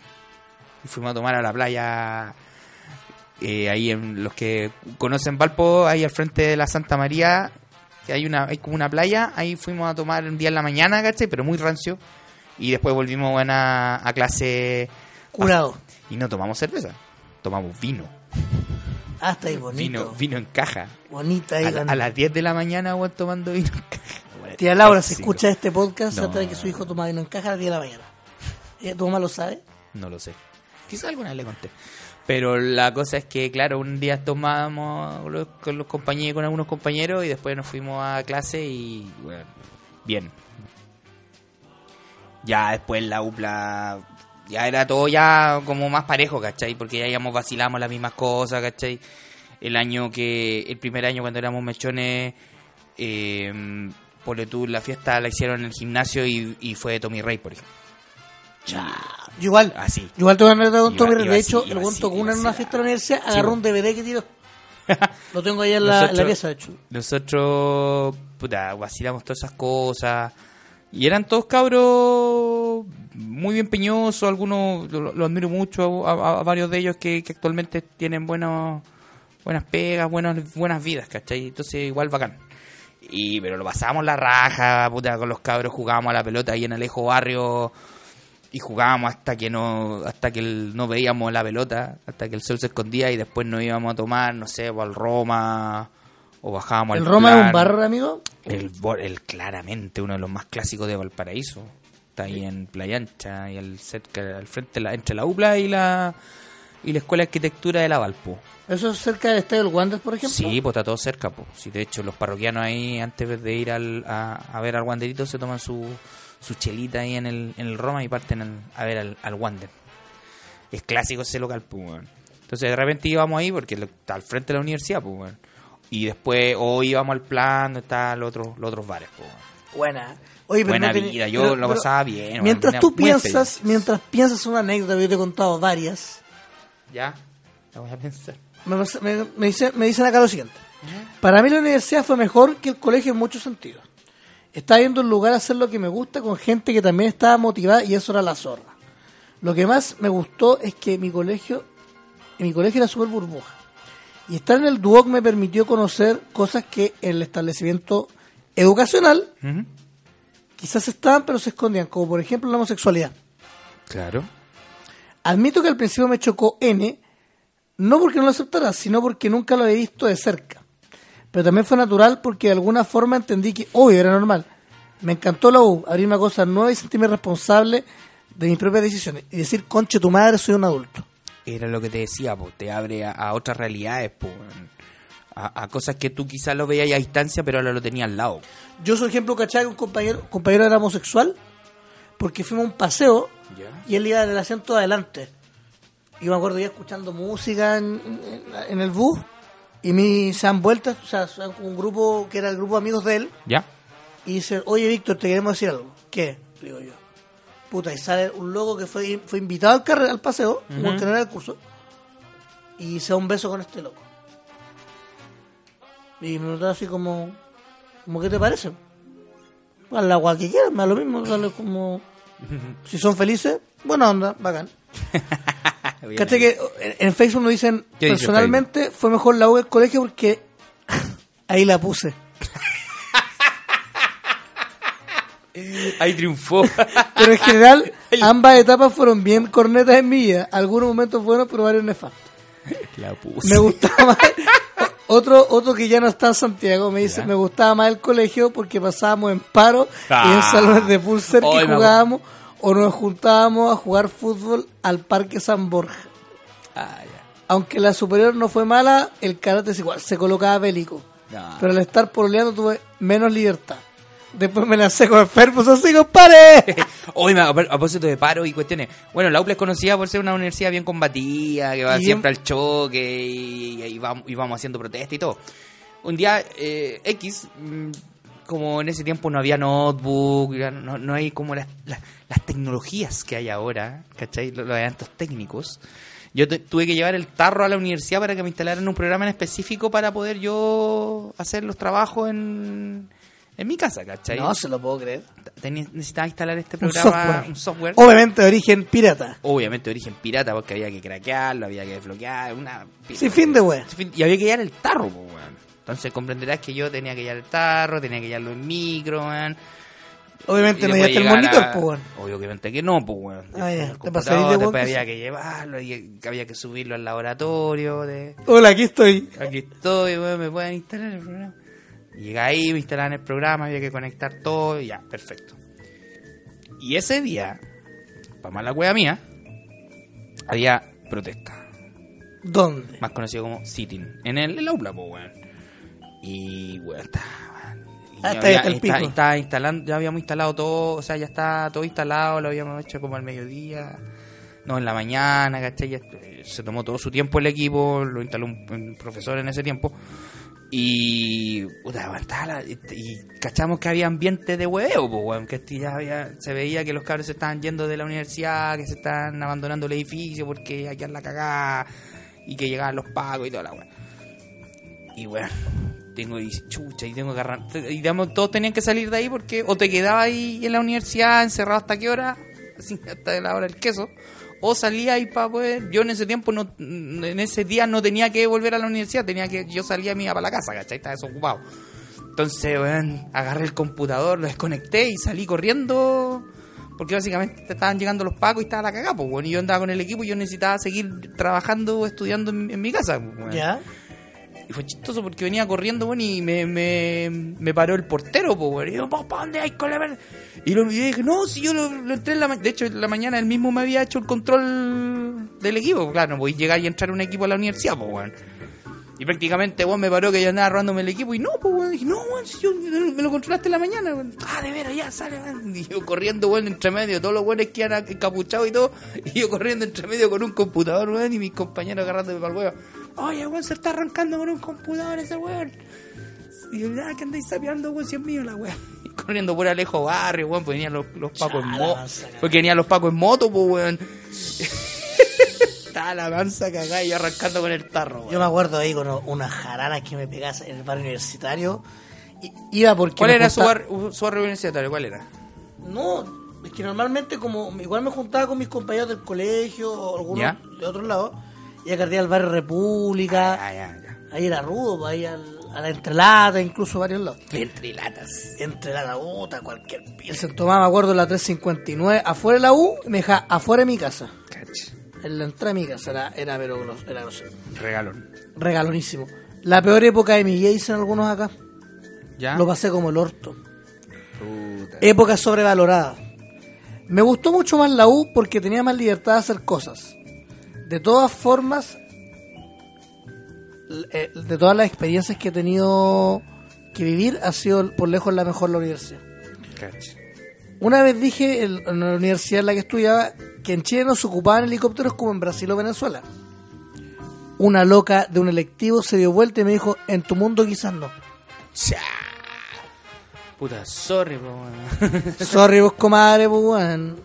Y Fuimos a tomar a la playa. eh, ahí en los que conocen Valpo, ahí al frente de la Santa María, que hay una hay como una playa. Ahí fuimos a tomar un día en la mañana, ¿cachai? Pero muy rancio. Y después volvimos weón, a, a clase. Curado. Y no tomamos cerveza, tomamos vino. Ah, está ahí bonito. Vino vino en caja. Bonita ahí A, la- la- a las 10 de la mañana, weón, tomando vino en caja. Weón, Tía Laura, si tóxico. escucha este podcast, No. sabe que su hijo toma vino en caja a las 10 de la mañana. Ella, tu mamá lo sabe. No lo sé. Quizás alguna vez le conté. Pero la cosa es que, claro, un día tomábamos los- con los compañeros, con algunos compañeros y después nos fuimos a clase y, bueno, bien. Ya después la UPLA, ya era todo ya como más parejo, ¿cachai? Porque ya íbamos, vacilamos las mismas cosas, ¿cachai? El año que, el primer año cuando éramos mechones, eh, ponle tú, la fiesta la hicieron en el gimnasio y, y fue Tommy Rey, por ejemplo. Yo igual. Así. Yo igual tengo una anécdota con Iba- Tommy. iba De hecho, así, el iba buen así, tocó una iba en una así. fiesta de la universidad, Sí, agarró po. un DVD que *laughs* tiró. Lo tengo ahí en la, en la Nosotros- pieza, de hecho. Nosotros, puta, vacilamos todas esas cosas. Y eran todos cabros muy bien peñosos. Algunos, lo, lo admiro mucho a, a- a varios de ellos que, que actualmente tienen buenos, buenas pegas, buenas, buenas vidas, ¿cachai? Entonces, igual bacán. Y, pero lo pasábamos la raja, puta, con los cabros jugábamos a la pelota ahí en Alejo Barrio y jugábamos hasta que no hasta que el- no veíamos la pelota hasta que el sol se escondía y después nos íbamos a tomar no sé o al Roma o bajábamos El al Roma es un Plan. bar, amigo. el, bo- el claramente uno de los más clásicos de Valparaíso está ahí en Playa Ancha y al cerca al frente de la, entre la UPLA y la y la escuela de arquitectura de la Valpo Eso es cerca del estadio del Wander, por ejemplo. Sí, pues está todo cerca, pues. Sí, de hecho, los parroquianos ahí, antes de ir al, a, a ver al Wanderito, se toman su, su chelita ahí en el, en el Roma y parten al- a ver al, al Wander. Es clásico ese local, pues, weón. Entonces, de repente íbamos ahí porque lo- está al frente de la universidad, pues, weón. Y después, o íbamos al plan, donde están los otros, los otros bares, pues, weón. Buena. Oye, pero Buena no tenía- vida, yo lo pasaba bien, bueno, Mientras tenía tú buen piensas, feliz. mientras piensas una anécdota, yo te he contado varias. ¿Ya? La voy a pensar. Me, me- me dicen, me dicen acá lo siguiente. Para mí la universidad fue mejor que el colegio en muchos sentidos. Estaba viendo un lugar a hacer lo que me gusta con gente que también estaba motivada y eso era la zorra. Lo que más me gustó es que mi colegio, en mi colegio era súper burbuja. Y estar en el Duoc me permitió conocer cosas que en el establecimiento educacional Ujú. quizás estaban pero se escondían, como por ejemplo la homosexualidad. Claro. Admito que al principio me chocó N, no porque no lo aceptara, sino porque nunca lo había visto de cerca. Pero también fue natural porque de alguna forma entendí que, obvio, era normal. Me encantó la U, abrirme a cosas nuevas y sentirme responsable de mis propias decisiones. Y decir, conche tu madre, soy un adulto. era lo que te decía, po, te abre a, a otras realidades, po, weón. a, a cosas que tú quizás lo veías a distancia, pero ahora lo tenías al lado. Yo, por ejemplo, cachai, un compañero, compañero era homosexual porque fuimos a un paseo Ya. y él iba en el asiento de adelante. Y me acuerdo, iba escuchando música en, en- en el bus y me, se han vuelto, o sea, son un grupo que era el grupo de amigos de él ¿Ya? y dice, oye Víctor, te queremos decir algo. ¿Qué? Le digo yo. Puta, y sale un loco que fue, fue invitado al, carre- al paseo, un contenedor del curso, y y se da un beso con este loco. Y me preguntaba así como, como ¿qué te parece? Al agua que quieras, me da lo mismo, o sea, es como *laughs* si son felices, buena onda, bacán. Bien. ¿Cachai que en, en Facebook nos dicen, ¿Qué dice personalmente fue mejor la U que el colegio porque *laughs* ahí la puse. Ahí triunfó. Pero *laughs* en general, ambas etapas fueron bien cornetas en mi vida. Algunos momentos buenos, pero varios nefastos. La puse. Me gustaba más. *laughs* Otro, otro que ya no está en Santiago me dice, me gustaba más el colegio porque pasábamos en paro y en Ah. salones de pulser Hoy y me acu- jugábamos o nos juntábamos a jugar fútbol al Parque San Borja. Ah, ya. Aunque la superior no fue mala, el karate es igual, se colocaba bélico. No. Pero al estar pololeando tuve menos libertad. Después me lancé con enfermos *laughs* así, compadre. Hoy, a, a propósito de paro y cuestiones. Bueno, la UPLA es conocida por ser una universidad bien combatida, que va Y- siempre al choque y, y vamos, y vamos haciendo protesta y todo. Un día eh, X, mm, como en ese tiempo no había notebook, ya no, no hay como las, las- las tecnologías que hay ahora, ¿cachai? Los, los adelantos técnicos. Yo tu- tuve que llevar el tarro a la universidad para que me instalaran un programa en específico para poder yo hacer los trabajos en, en mi casa, ¿cachai? No se lo puedo creer. Tenía- necesitaba instalar este Un programa, software. un software, Obviamente de origen pirata. obviamente de origen pirata, porque había que craquearlo, había que desbloquear, una... Sin fin de wea. Sin fin- Y había que llevar el tarro, po, weón. Entonces comprenderás que yo tenía que llevar el tarro, tenía que llevarlo en micro, weón. Obviamente Y no después llegaste el llegar monitor, a- pues weón. Obviamente que no, pues, weón. Ah, ya, El te computador, pasaste de weón, Después que había sí. que llevarlo, y que había que subirlo al laboratorio de... Hola, aquí estoy. Aquí estoy, weón, me pueden instalar el programa. Llega ahí, me instalan el programa, había que conectar todo, y ya, perfecto. Y ese día, para más la wea mía, había protesta, ¿Dónde? más conocido como sitting, en el, el aula, po, weón. Y weón, está, weón. Y Ah, ya está ahí, había- está el está- pico. está instalando, ya habíamos instalado todo, o sea, ya está todo instalado, lo habíamos hecho como al mediodía, no en la mañana, ¿cachai? Ya, eh, se tomó todo su tiempo el equipo, lo instaló un, un profesor en ese tiempo. Y, puta, aguantaba la- y, y cachamos que había ambiente de hueveo, pues, weón, que este ya había- se veía que los cabros se estaban yendo de la universidad, que se estaban abandonando el edificio porque aquí la cagada, y que llegaban los pagos y toda la weón. Y bueno, tengo y chucha, y tengo que agarrar. Y digamos, todos tenían que salir de ahí porque o te quedabas ahí en la universidad encerrado hasta qué hora, *laughs* así, hasta la hora del queso, o salía y para poder. Yo en ese tiempo, no en ese día no tenía que volver a la universidad, tenía que yo salía mía para la casa, ¿cachai? Estaba desocupado. Entonces, weón, agarré el computador, lo desconecté y salí corriendo. Porque básicamente te estaban llegando los pacos y estaba la cagada, pues, weón. Y yo andaba con el equipo y yo necesitaba seguir trabajando o estudiando en, en mi casa, pues, weón. ¿Ya? Y fue chistoso porque venía corriendo, bueno, y me, me, me paró el portero, pues, weón. Y yo, ¿para dónde hay con la ver-?" Y lo olvidé, dije, no, si yo lo, lo entré en la mañana. De hecho, en la mañana él mismo me había hecho el control del equipo. Claro, voy a llegar y entrar un equipo a la universidad, pues, weón. Y prácticamente, weón, me paró que yo andaba robándome el equipo. Y no, pues, weón. Dije, no, weón, si yo me lo controlaste en la mañana, weón. Ah, de veras, ya, sale, weón. Y yo corriendo, weón, entre medio. Todos los weones que iban encapuchados y todo. Y yo corriendo entre medio con un computador, weón. Y mis compañeros agarrándome para el weón. Oye, weón, se está arrancando con un computador ese weón. Y yo, ah, que andáis sapeando, weón, si es mío la weón. *laughs* Y corriendo por Alejo Barrio, weón, pues venían los, los pacos en moto. Porque venían los pacos en moto, pues, weón. *laughs* Estaba la mansa cagada y yo arrancando con el tarro, weón. Yo me acuerdo ahí con unas jaranas que me pegas en el barrio universitario. I- Iba porque. ¿Cuál me era su, junta- barrio- su barrio universitario? ¿Cuál era? No, es que normalmente, como igual me juntaba con mis compañeros del colegio o algunos Ya. de otros lados, iba a carretear al barrio República, Ah, ya, ya. ahí era rudo, pues, ahí al- a la entrelata, incluso varios lados. Ventrilatas. Entre la bota, cualquier se Tomaba, me acuerdo, la 359, afuera de la U, me dejaba afuera de mi casa. En la entrada de mi casa, era, era pero gros- era grosero. Regalón. Regalonísimo. La peor época de mi vida, dicen algunos acá. ¿Ya? Lo Eh. pasé como el orto. Época sobrevalorada. Me gustó mucho más la U porque tenía más libertad de hacer cosas. De todas formas, l- eh, de todas las experiencias que he tenido que vivir, ha sido por lejos la mejor la universidad. Cacha. Una vez dije en en la universidad en la que estudiaba que en Chile no se ocupaban helicópteros como en Brasil o Venezuela. Una loca de un electivo se dio vuelta y me dijo, en tu mundo *laughs* quizás no. Cha. Puta, sorry, po, *laughs* weón. Sorry vos comadre, pues, weón.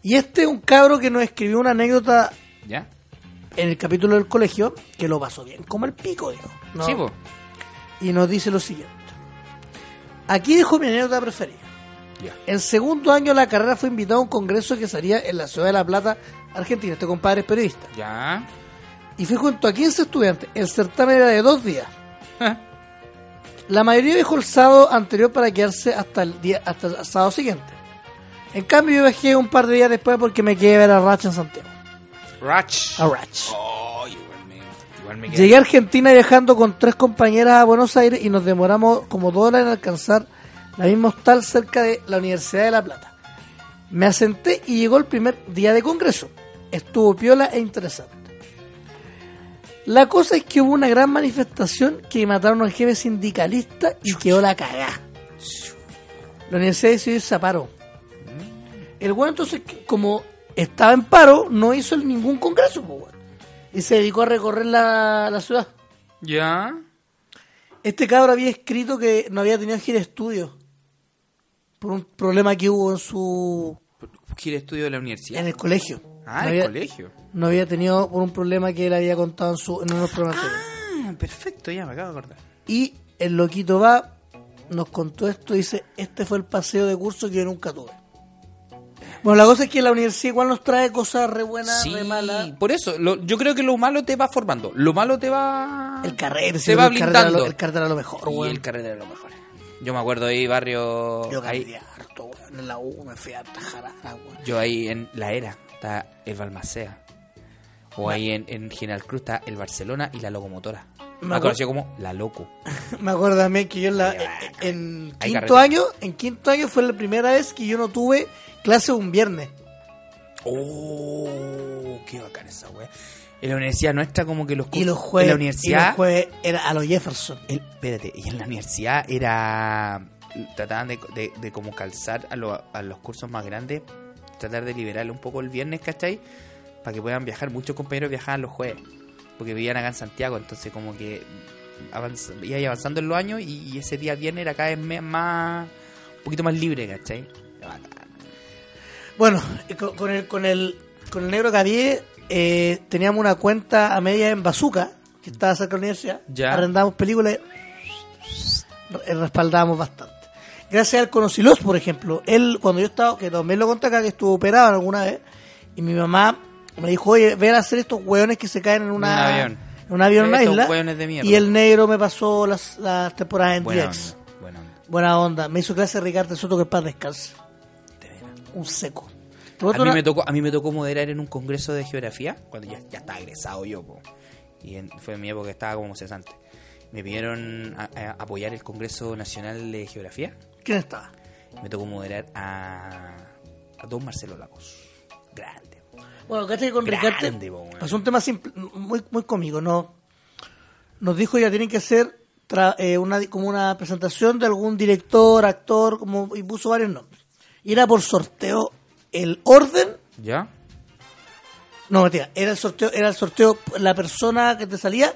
Y este es un cabro que nos escribió una anécdota ¿Ya? en el capítulo del colegio que lo pasó bien, como el pico, dijo. ¿no? Sí, po. y nos dice lo siguiente. Aquí dijo mi anécdota preferida. Ya. En segundo año de la carrera fue invitado a un congreso que se haría en la ciudad de La Plata, Argentina. Este compadre es periodista. Ya. *laughs* Y fui junto a 15 estudiantes. El certamen era de dos días. La mayoría viajó el sábado anterior para quedarse hasta el día hasta el sábado siguiente. En cambio, yo viajé un par de días después porque me quedé a ver a Racha en Santiago. Rach. A Rach. Oh, igual me, igual me quedé. Llegué a Argentina viajando con tres compañeras a Buenos Aires y nos demoramos como dos horas en alcanzar la misma hostal cerca de la Universidad de La Plata. Me asenté y llegó el primer día de congreso. Estuvo piola e interesante. La cosa es que hubo una gran manifestación que mataron al jefe sindicalista y quedó la cagá. La universidad decidió irse a paro. El weón entonces, que- como estaba en paro, no hizo el- ningún congreso, po, weón. Y se dedicó a recorrer la, la ciudad. Ya. Este cabro había escrito que no había tenido gira de estudio por un problema que hubo en su Gira estudio de la en universidad. el colegio. Ah, el no había, colegio. No había tenido por un problema que él había contado en, su, en unos programas anteriores. Ah, perfecto, ya me acabo de acordar. Y el loquito va, nos contó esto, dice, este fue el paseo de curso que yo nunca tuve. Bueno, la cosa es que la universidad igual nos trae cosas re buenas, Sí, re malas. por eso, lo- yo creo que lo malo te va formando. Lo malo te va. El carrete, te va el carrete era blindando. lo, el carrete era lo mejor, y weón. el carrete era lo mejor. Yo me acuerdo ahí, barrio. Yo ahí- cambié harto, weón. En la U me fui harta jarara, weón. Yo ahí en La Era está el Balmacea. O ahí en, en General Cruz está el Barcelona y la Locomotora. Me Me acuer- conocido como La Loco. Me acuerdo también que yo en, la- en Hay quinto carrete. año, en quinto año fue la primera vez que yo no tuve clase un viernes. ¡Oh! ¡Qué bacana esa wea! En la universidad nuestra, como que los Y cursos- los En jueves, la y universidad. los jueves era a los Jefferson. el- espérate, y en la universidad era. Trataban de, de- de como calzar a, lo- a los cursos más grandes, tratar de liberarle un poco el viernes, ¿cachai? Para que puedan viajar. Muchos compañeros viajaban los jueves, porque vivían acá en Santiago, entonces como que avanz, iba avanzando en los años y, y ese día viernes era cada vez me- más. un poquito más libre, ¿cachai? Bueno, y con, con el, con, el, con el negro Gabriel eh, teníamos una cuenta a media en Bazooka, que estaba cerca de la universidad. Ya. Arrendábamos películas y respaldábamos bastante. Gracias al Conocilos, por ejemplo, él, cuando yo estaba, que también lo conté acá, que estuvo operado alguna vez, y mi mamá me dijo, oye, ven a hacer estos hueones que se caen en una, Un avión. En un avión en una Estos isla. hueones de mierda. y el negro me pasó las, las temporadas en Bueno, DX. bueno, onda. Buena onda. Me hizo clase Ricardo Soto que es paz descanse. Un seco. A Por otro mí, lado- me tocó, a mí me tocó moderar en un congreso de geografía, cuando ya, ya estaba egresado yo, po. y en- fue en mi época que estaba como cesante. Me pidieron a- a- apoyar el Congreso Nacional de Geografía, ¿Quién estaba? me tocó moderar a, a don Marcelo Lagos. Grande. Bueno, caché que con Grande, po, Ricardo weón. pasó un tema simple, muy, muy cómico, ¿no? Nos dijo ya tienen que hacer tra- eh, una, di- como una presentación de algún director, actor, como, y puso varios nombres. Y era por sorteo el orden. ¿Ya? No, mentira, era el sorteo, era el sorteo la persona que te salía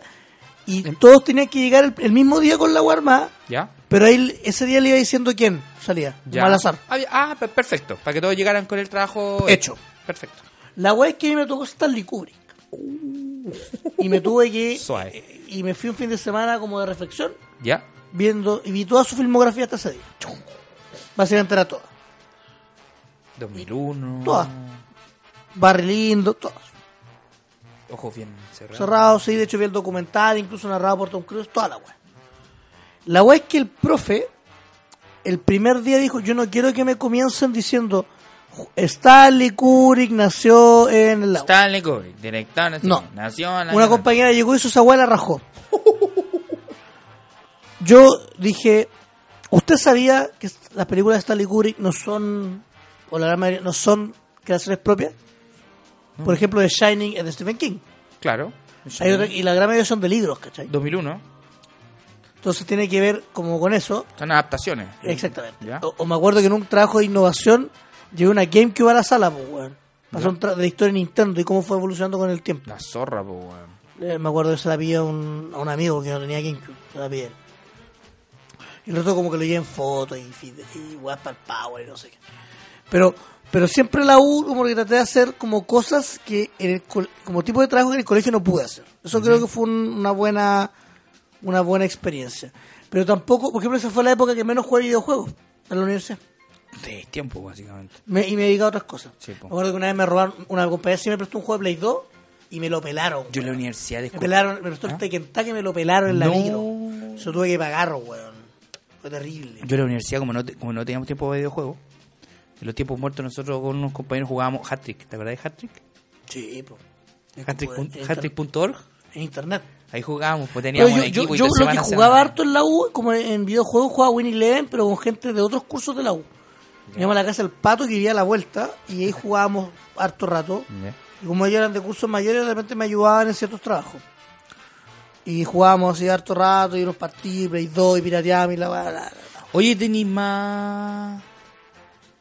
y Em- todos tenían que llegar el, el mismo día con la guarma, ¿Ya? pero ahí ese día le iba diciendo quién salía, ¿Ya? como al azar. Ah, ya, ah, per- perfecto. Para que todos llegaran con el trabajo Hecho. Perfecto. La weá es que a mí me tocó Stanley Kubrick. Y me tuve que. Uh. Suave. Y me fui un fin de semana como de reflexión, ¿Ya? viendo. Y vi toda su filmografía hasta ese día. Básicamente era toda. 2001. Todas. Barry Lindo, todas. Ojos bien cerrados. Cerrado, sí, de hecho vi el documental, incluso narrado por Tom Cruise, toda la weá. La weá es que el profe, el primer día dijo, yo no quiero que me comiencen diciendo, Stanley Kubrick nació en el... Stanley Kubrick, director No. nacional. nacional. Una compañera llegó y hizo esa weá la rajó. Yo dije, ¿usted sabía que las películas de Stanley Kubrick no son, o la gran mayoría, no son creaciones propias? Por ejemplo, The Shining es de Stephen King. Claro. Hay otra- y la gran mayoría son de libros, ¿cachai? 2001. Entonces tiene que ver como con eso. Son adaptaciones. Exactamente. ¿Ya? O, o me acuerdo que en un trabajo de innovación llegó una GameCube a la sala, pues, weón. Pasó un tra- de la historia de Nintendo y cómo fue evolucionando con el tiempo. La zorra, po, weón. Eh, me acuerdo que se la pillé a un, a un amigo que no tenía GameCube, se la pillé. Y el resto como que lo llevé en fotos y, fit- y weas para el power y no sé qué. Pero, pero siempre la U como que traté de hacer como cosas que en el col- como tipo de trabajo que en el colegio no pude hacer. Eso creo que fue un- una buena una buena experiencia. Pero tampoco, por ejemplo, esa fue la época que menos jugué videojuegos en la universidad. De tiempo, básicamente. Me- y me dedicaba a otras cosas. Sí, po. me acuerdo que una vez me robaron, una compañía sí me prestó un juego de Play 2 y me lo pelaron. Yo en la weón. universidad Me descubrí. pelaron, me prestó el ¿Ah? Tekken Tag y me lo pelaron en la No. micro. Yo tuve que pagar, weón. Fue terrible. Yo en la universidad, como no, te- como no teníamos tiempo de videojuegos, en los tiempos muertos nosotros con unos compañeros jugábamos Hattrick. ¿Te acordás de Hattrick? sí, po. En Hattrick compu- pun- en inter- Hattrick.org. En internet. Ahí jugábamos, pues Pero teníamos yo, equipo yo, y yo tres lo que semanas se jugaba armaban. harto en la U, como en videojuegos, jugaba Win Eleven, pero con gente de otros cursos de la U. Íbamos a la casa del pato que vivía a la vuelta *laughs* y ahí jugábamos harto rato. Ya. Y como ellos eran de cursos mayores, de repente me ayudaban en ciertos trabajos. Y jugábamos así harto rato, y unos partidos, Play 2, y pirateábamos, y la, la, la, la. Oye, ¿tenéis más,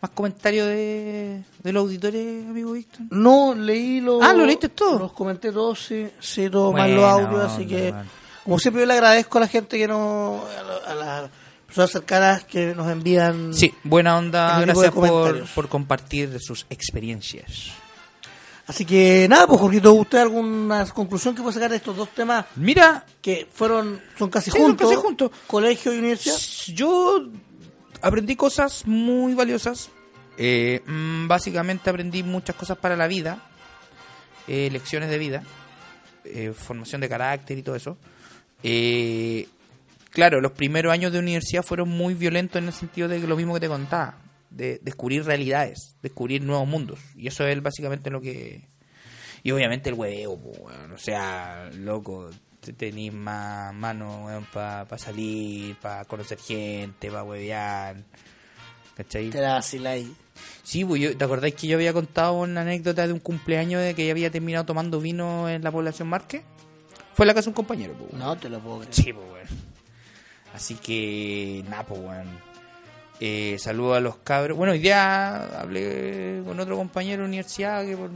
más comentarios de, de los auditores, amigo Víctor? No, leí los... Ah, ¿lo leíste todo? Los comenté todos, sí, sí, todos más Buena los audios, así onda, que... hermano. Como siempre, yo le agradezco a la gente que nos... A, la- a las personas cercanas que nos envían... Sí, buena onda. Ese tipo Gracias de por, comentarios. por compartir sus experiencias. Así que nada, pues Jorgito, ¿usted alguna conclusión que puede sacar de estos dos temas Mira, que fueron, son casi Sí, son juntos? casi juntos. Colegio y universidad. yo aprendí cosas muy valiosas. Eh, mm, básicamente aprendí muchas cosas para la vida, eh, lecciones de vida, eh, formación de carácter y todo eso. Eh, claro, los primeros años de universidad fueron muy violentos en el sentido de que lo mismo que te contaba, de descubrir realidades, descubrir nuevos mundos. Y eso es básicamente lo que... Y obviamente el hueveo, po, weón. o sea, loco, te- tenís más mano para salir, para conocer gente, para huevear. ¿Cachai? Era así la ahí. Sí, pues yo- ¿te acordáis que yo había contado una anécdota de un cumpleaños de que yo había terminado tomando vino en la población Marque? Fue en la casa de un compañero, pues. weón. No te lo puedo creer. Sí, pues, weón. Así que, nada, pues, weón. Eh, saludo a los cabros. Bueno, hoy día hablé con otro compañero de universidad que por,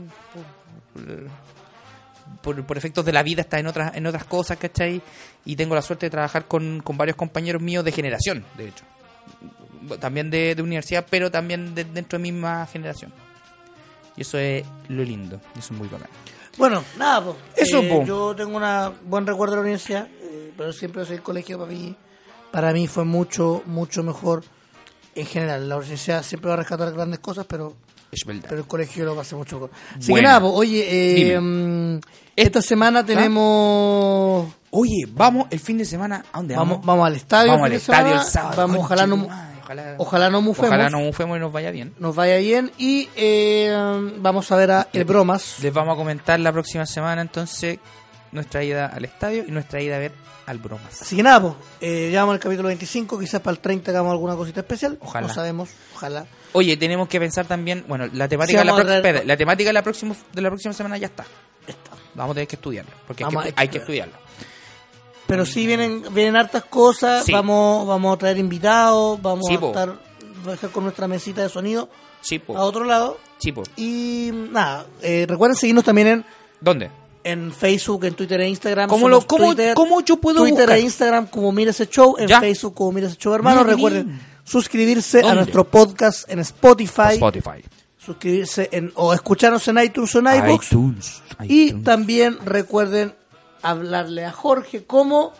por- por- por efectos de la vida está en otras, en otras cosas, ¿cachai? Y tengo la suerte de trabajar con, con varios compañeros míos de generación, de hecho. También de, de universidad, pero también de- dentro de mi misma generación. Y eso es lo lindo, y eso es muy bacán. Bueno, nada, pues. Eso, po. Yo tengo un buen recuerdo de la universidad, eh, pero siempre soy el colegio para mí. Para mí fue mucho, mucho mejor en general. La universidad siempre va a rescatar grandes cosas, pero, Es verdad. pero el colegio lo va a hacer mucho mejor. Así Bueno. ¿Ah? que nada, pues, oye, eh, mm, esta semana tenemos. Oye, vamos el fin de semana, ¿a dónde vamos? Vamos, vamos al estadio. Vamos al el fin de estadio el semana. sábado. Vamos, Conche ojalá, tu no, madre, ojalá, ojalá no mufemos. ojalá no mufemos y nos vaya bien. Nos vaya bien. Y eh, vamos a ver a El Bromas. Les vamos a comentar la próxima semana entonces nuestra ida al estadio y nuestra ida a ver al Bromas. Así que nada, pues, eh, ya vamos al capítulo 25. Quizás para el 30 hagamos alguna cosita especial. Ojalá. No sabemos. Ojalá. Oye, tenemos que pensar también, bueno, la temática, Sí, de, la vamos a pro- traer- espera, la temática de, la próxima, de la próxima semana ya está. Está. Vamos a tener que estudiarlo, porque hay que, Vamos a estu- hay que estudiar. estudiarlo. Pero sí vienen vienen hartas cosas. Sí. Vamos vamos a traer invitados. Vamos Sí, a po. estar a dejar con nuestra mesita de sonido Sí, a po. otro lado. Sí, po. Y nada, eh, recuerden seguirnos también en, ¿Dónde? en Facebook, en Twitter e Instagram. ¿Cómo Somos lo- cómo- cómo yo puedo Twitter buscar? e Instagram como Mira ese show, en Ya. Facebook como Mira ese show, hermano. Mira, recuerden miren. suscribirse a ¿Dónde? nuestro podcast en Spotify, Spotify. suscribirse en, o escucharnos en iTunes o en iBox. iTunes. Y iTunes. también recuerden hablarle a Jorge como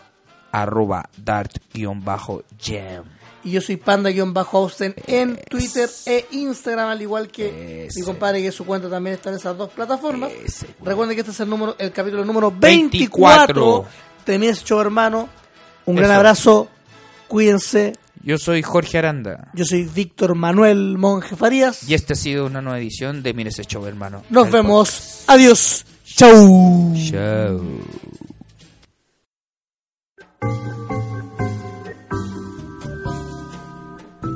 Arroba dart-jam. y yo soy panda-austen en Twitter e Instagram, al igual que mi compadre que su cuenta también está en esas dos plataformas. Ese, güey. Recuerden que este es el número, el capítulo número 24. 24. Termines show, hermano. Un gran Eso. abrazo. Cuídense. Yo soy Jorge Aranda. Yo soy Víctor Manuel Monje Farías. Y esta ha sido una nueva edición de Mire ese show, hermano. Nos El vemos. Adiós. Chau. podcast. Chao.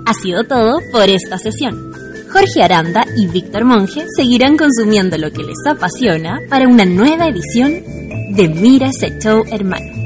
Ha sido todo por esta sesión. Jorge Aranda y Víctor Monge seguirán consumiendo lo que les apasiona para una nueva edición de Mira ese show, hermano.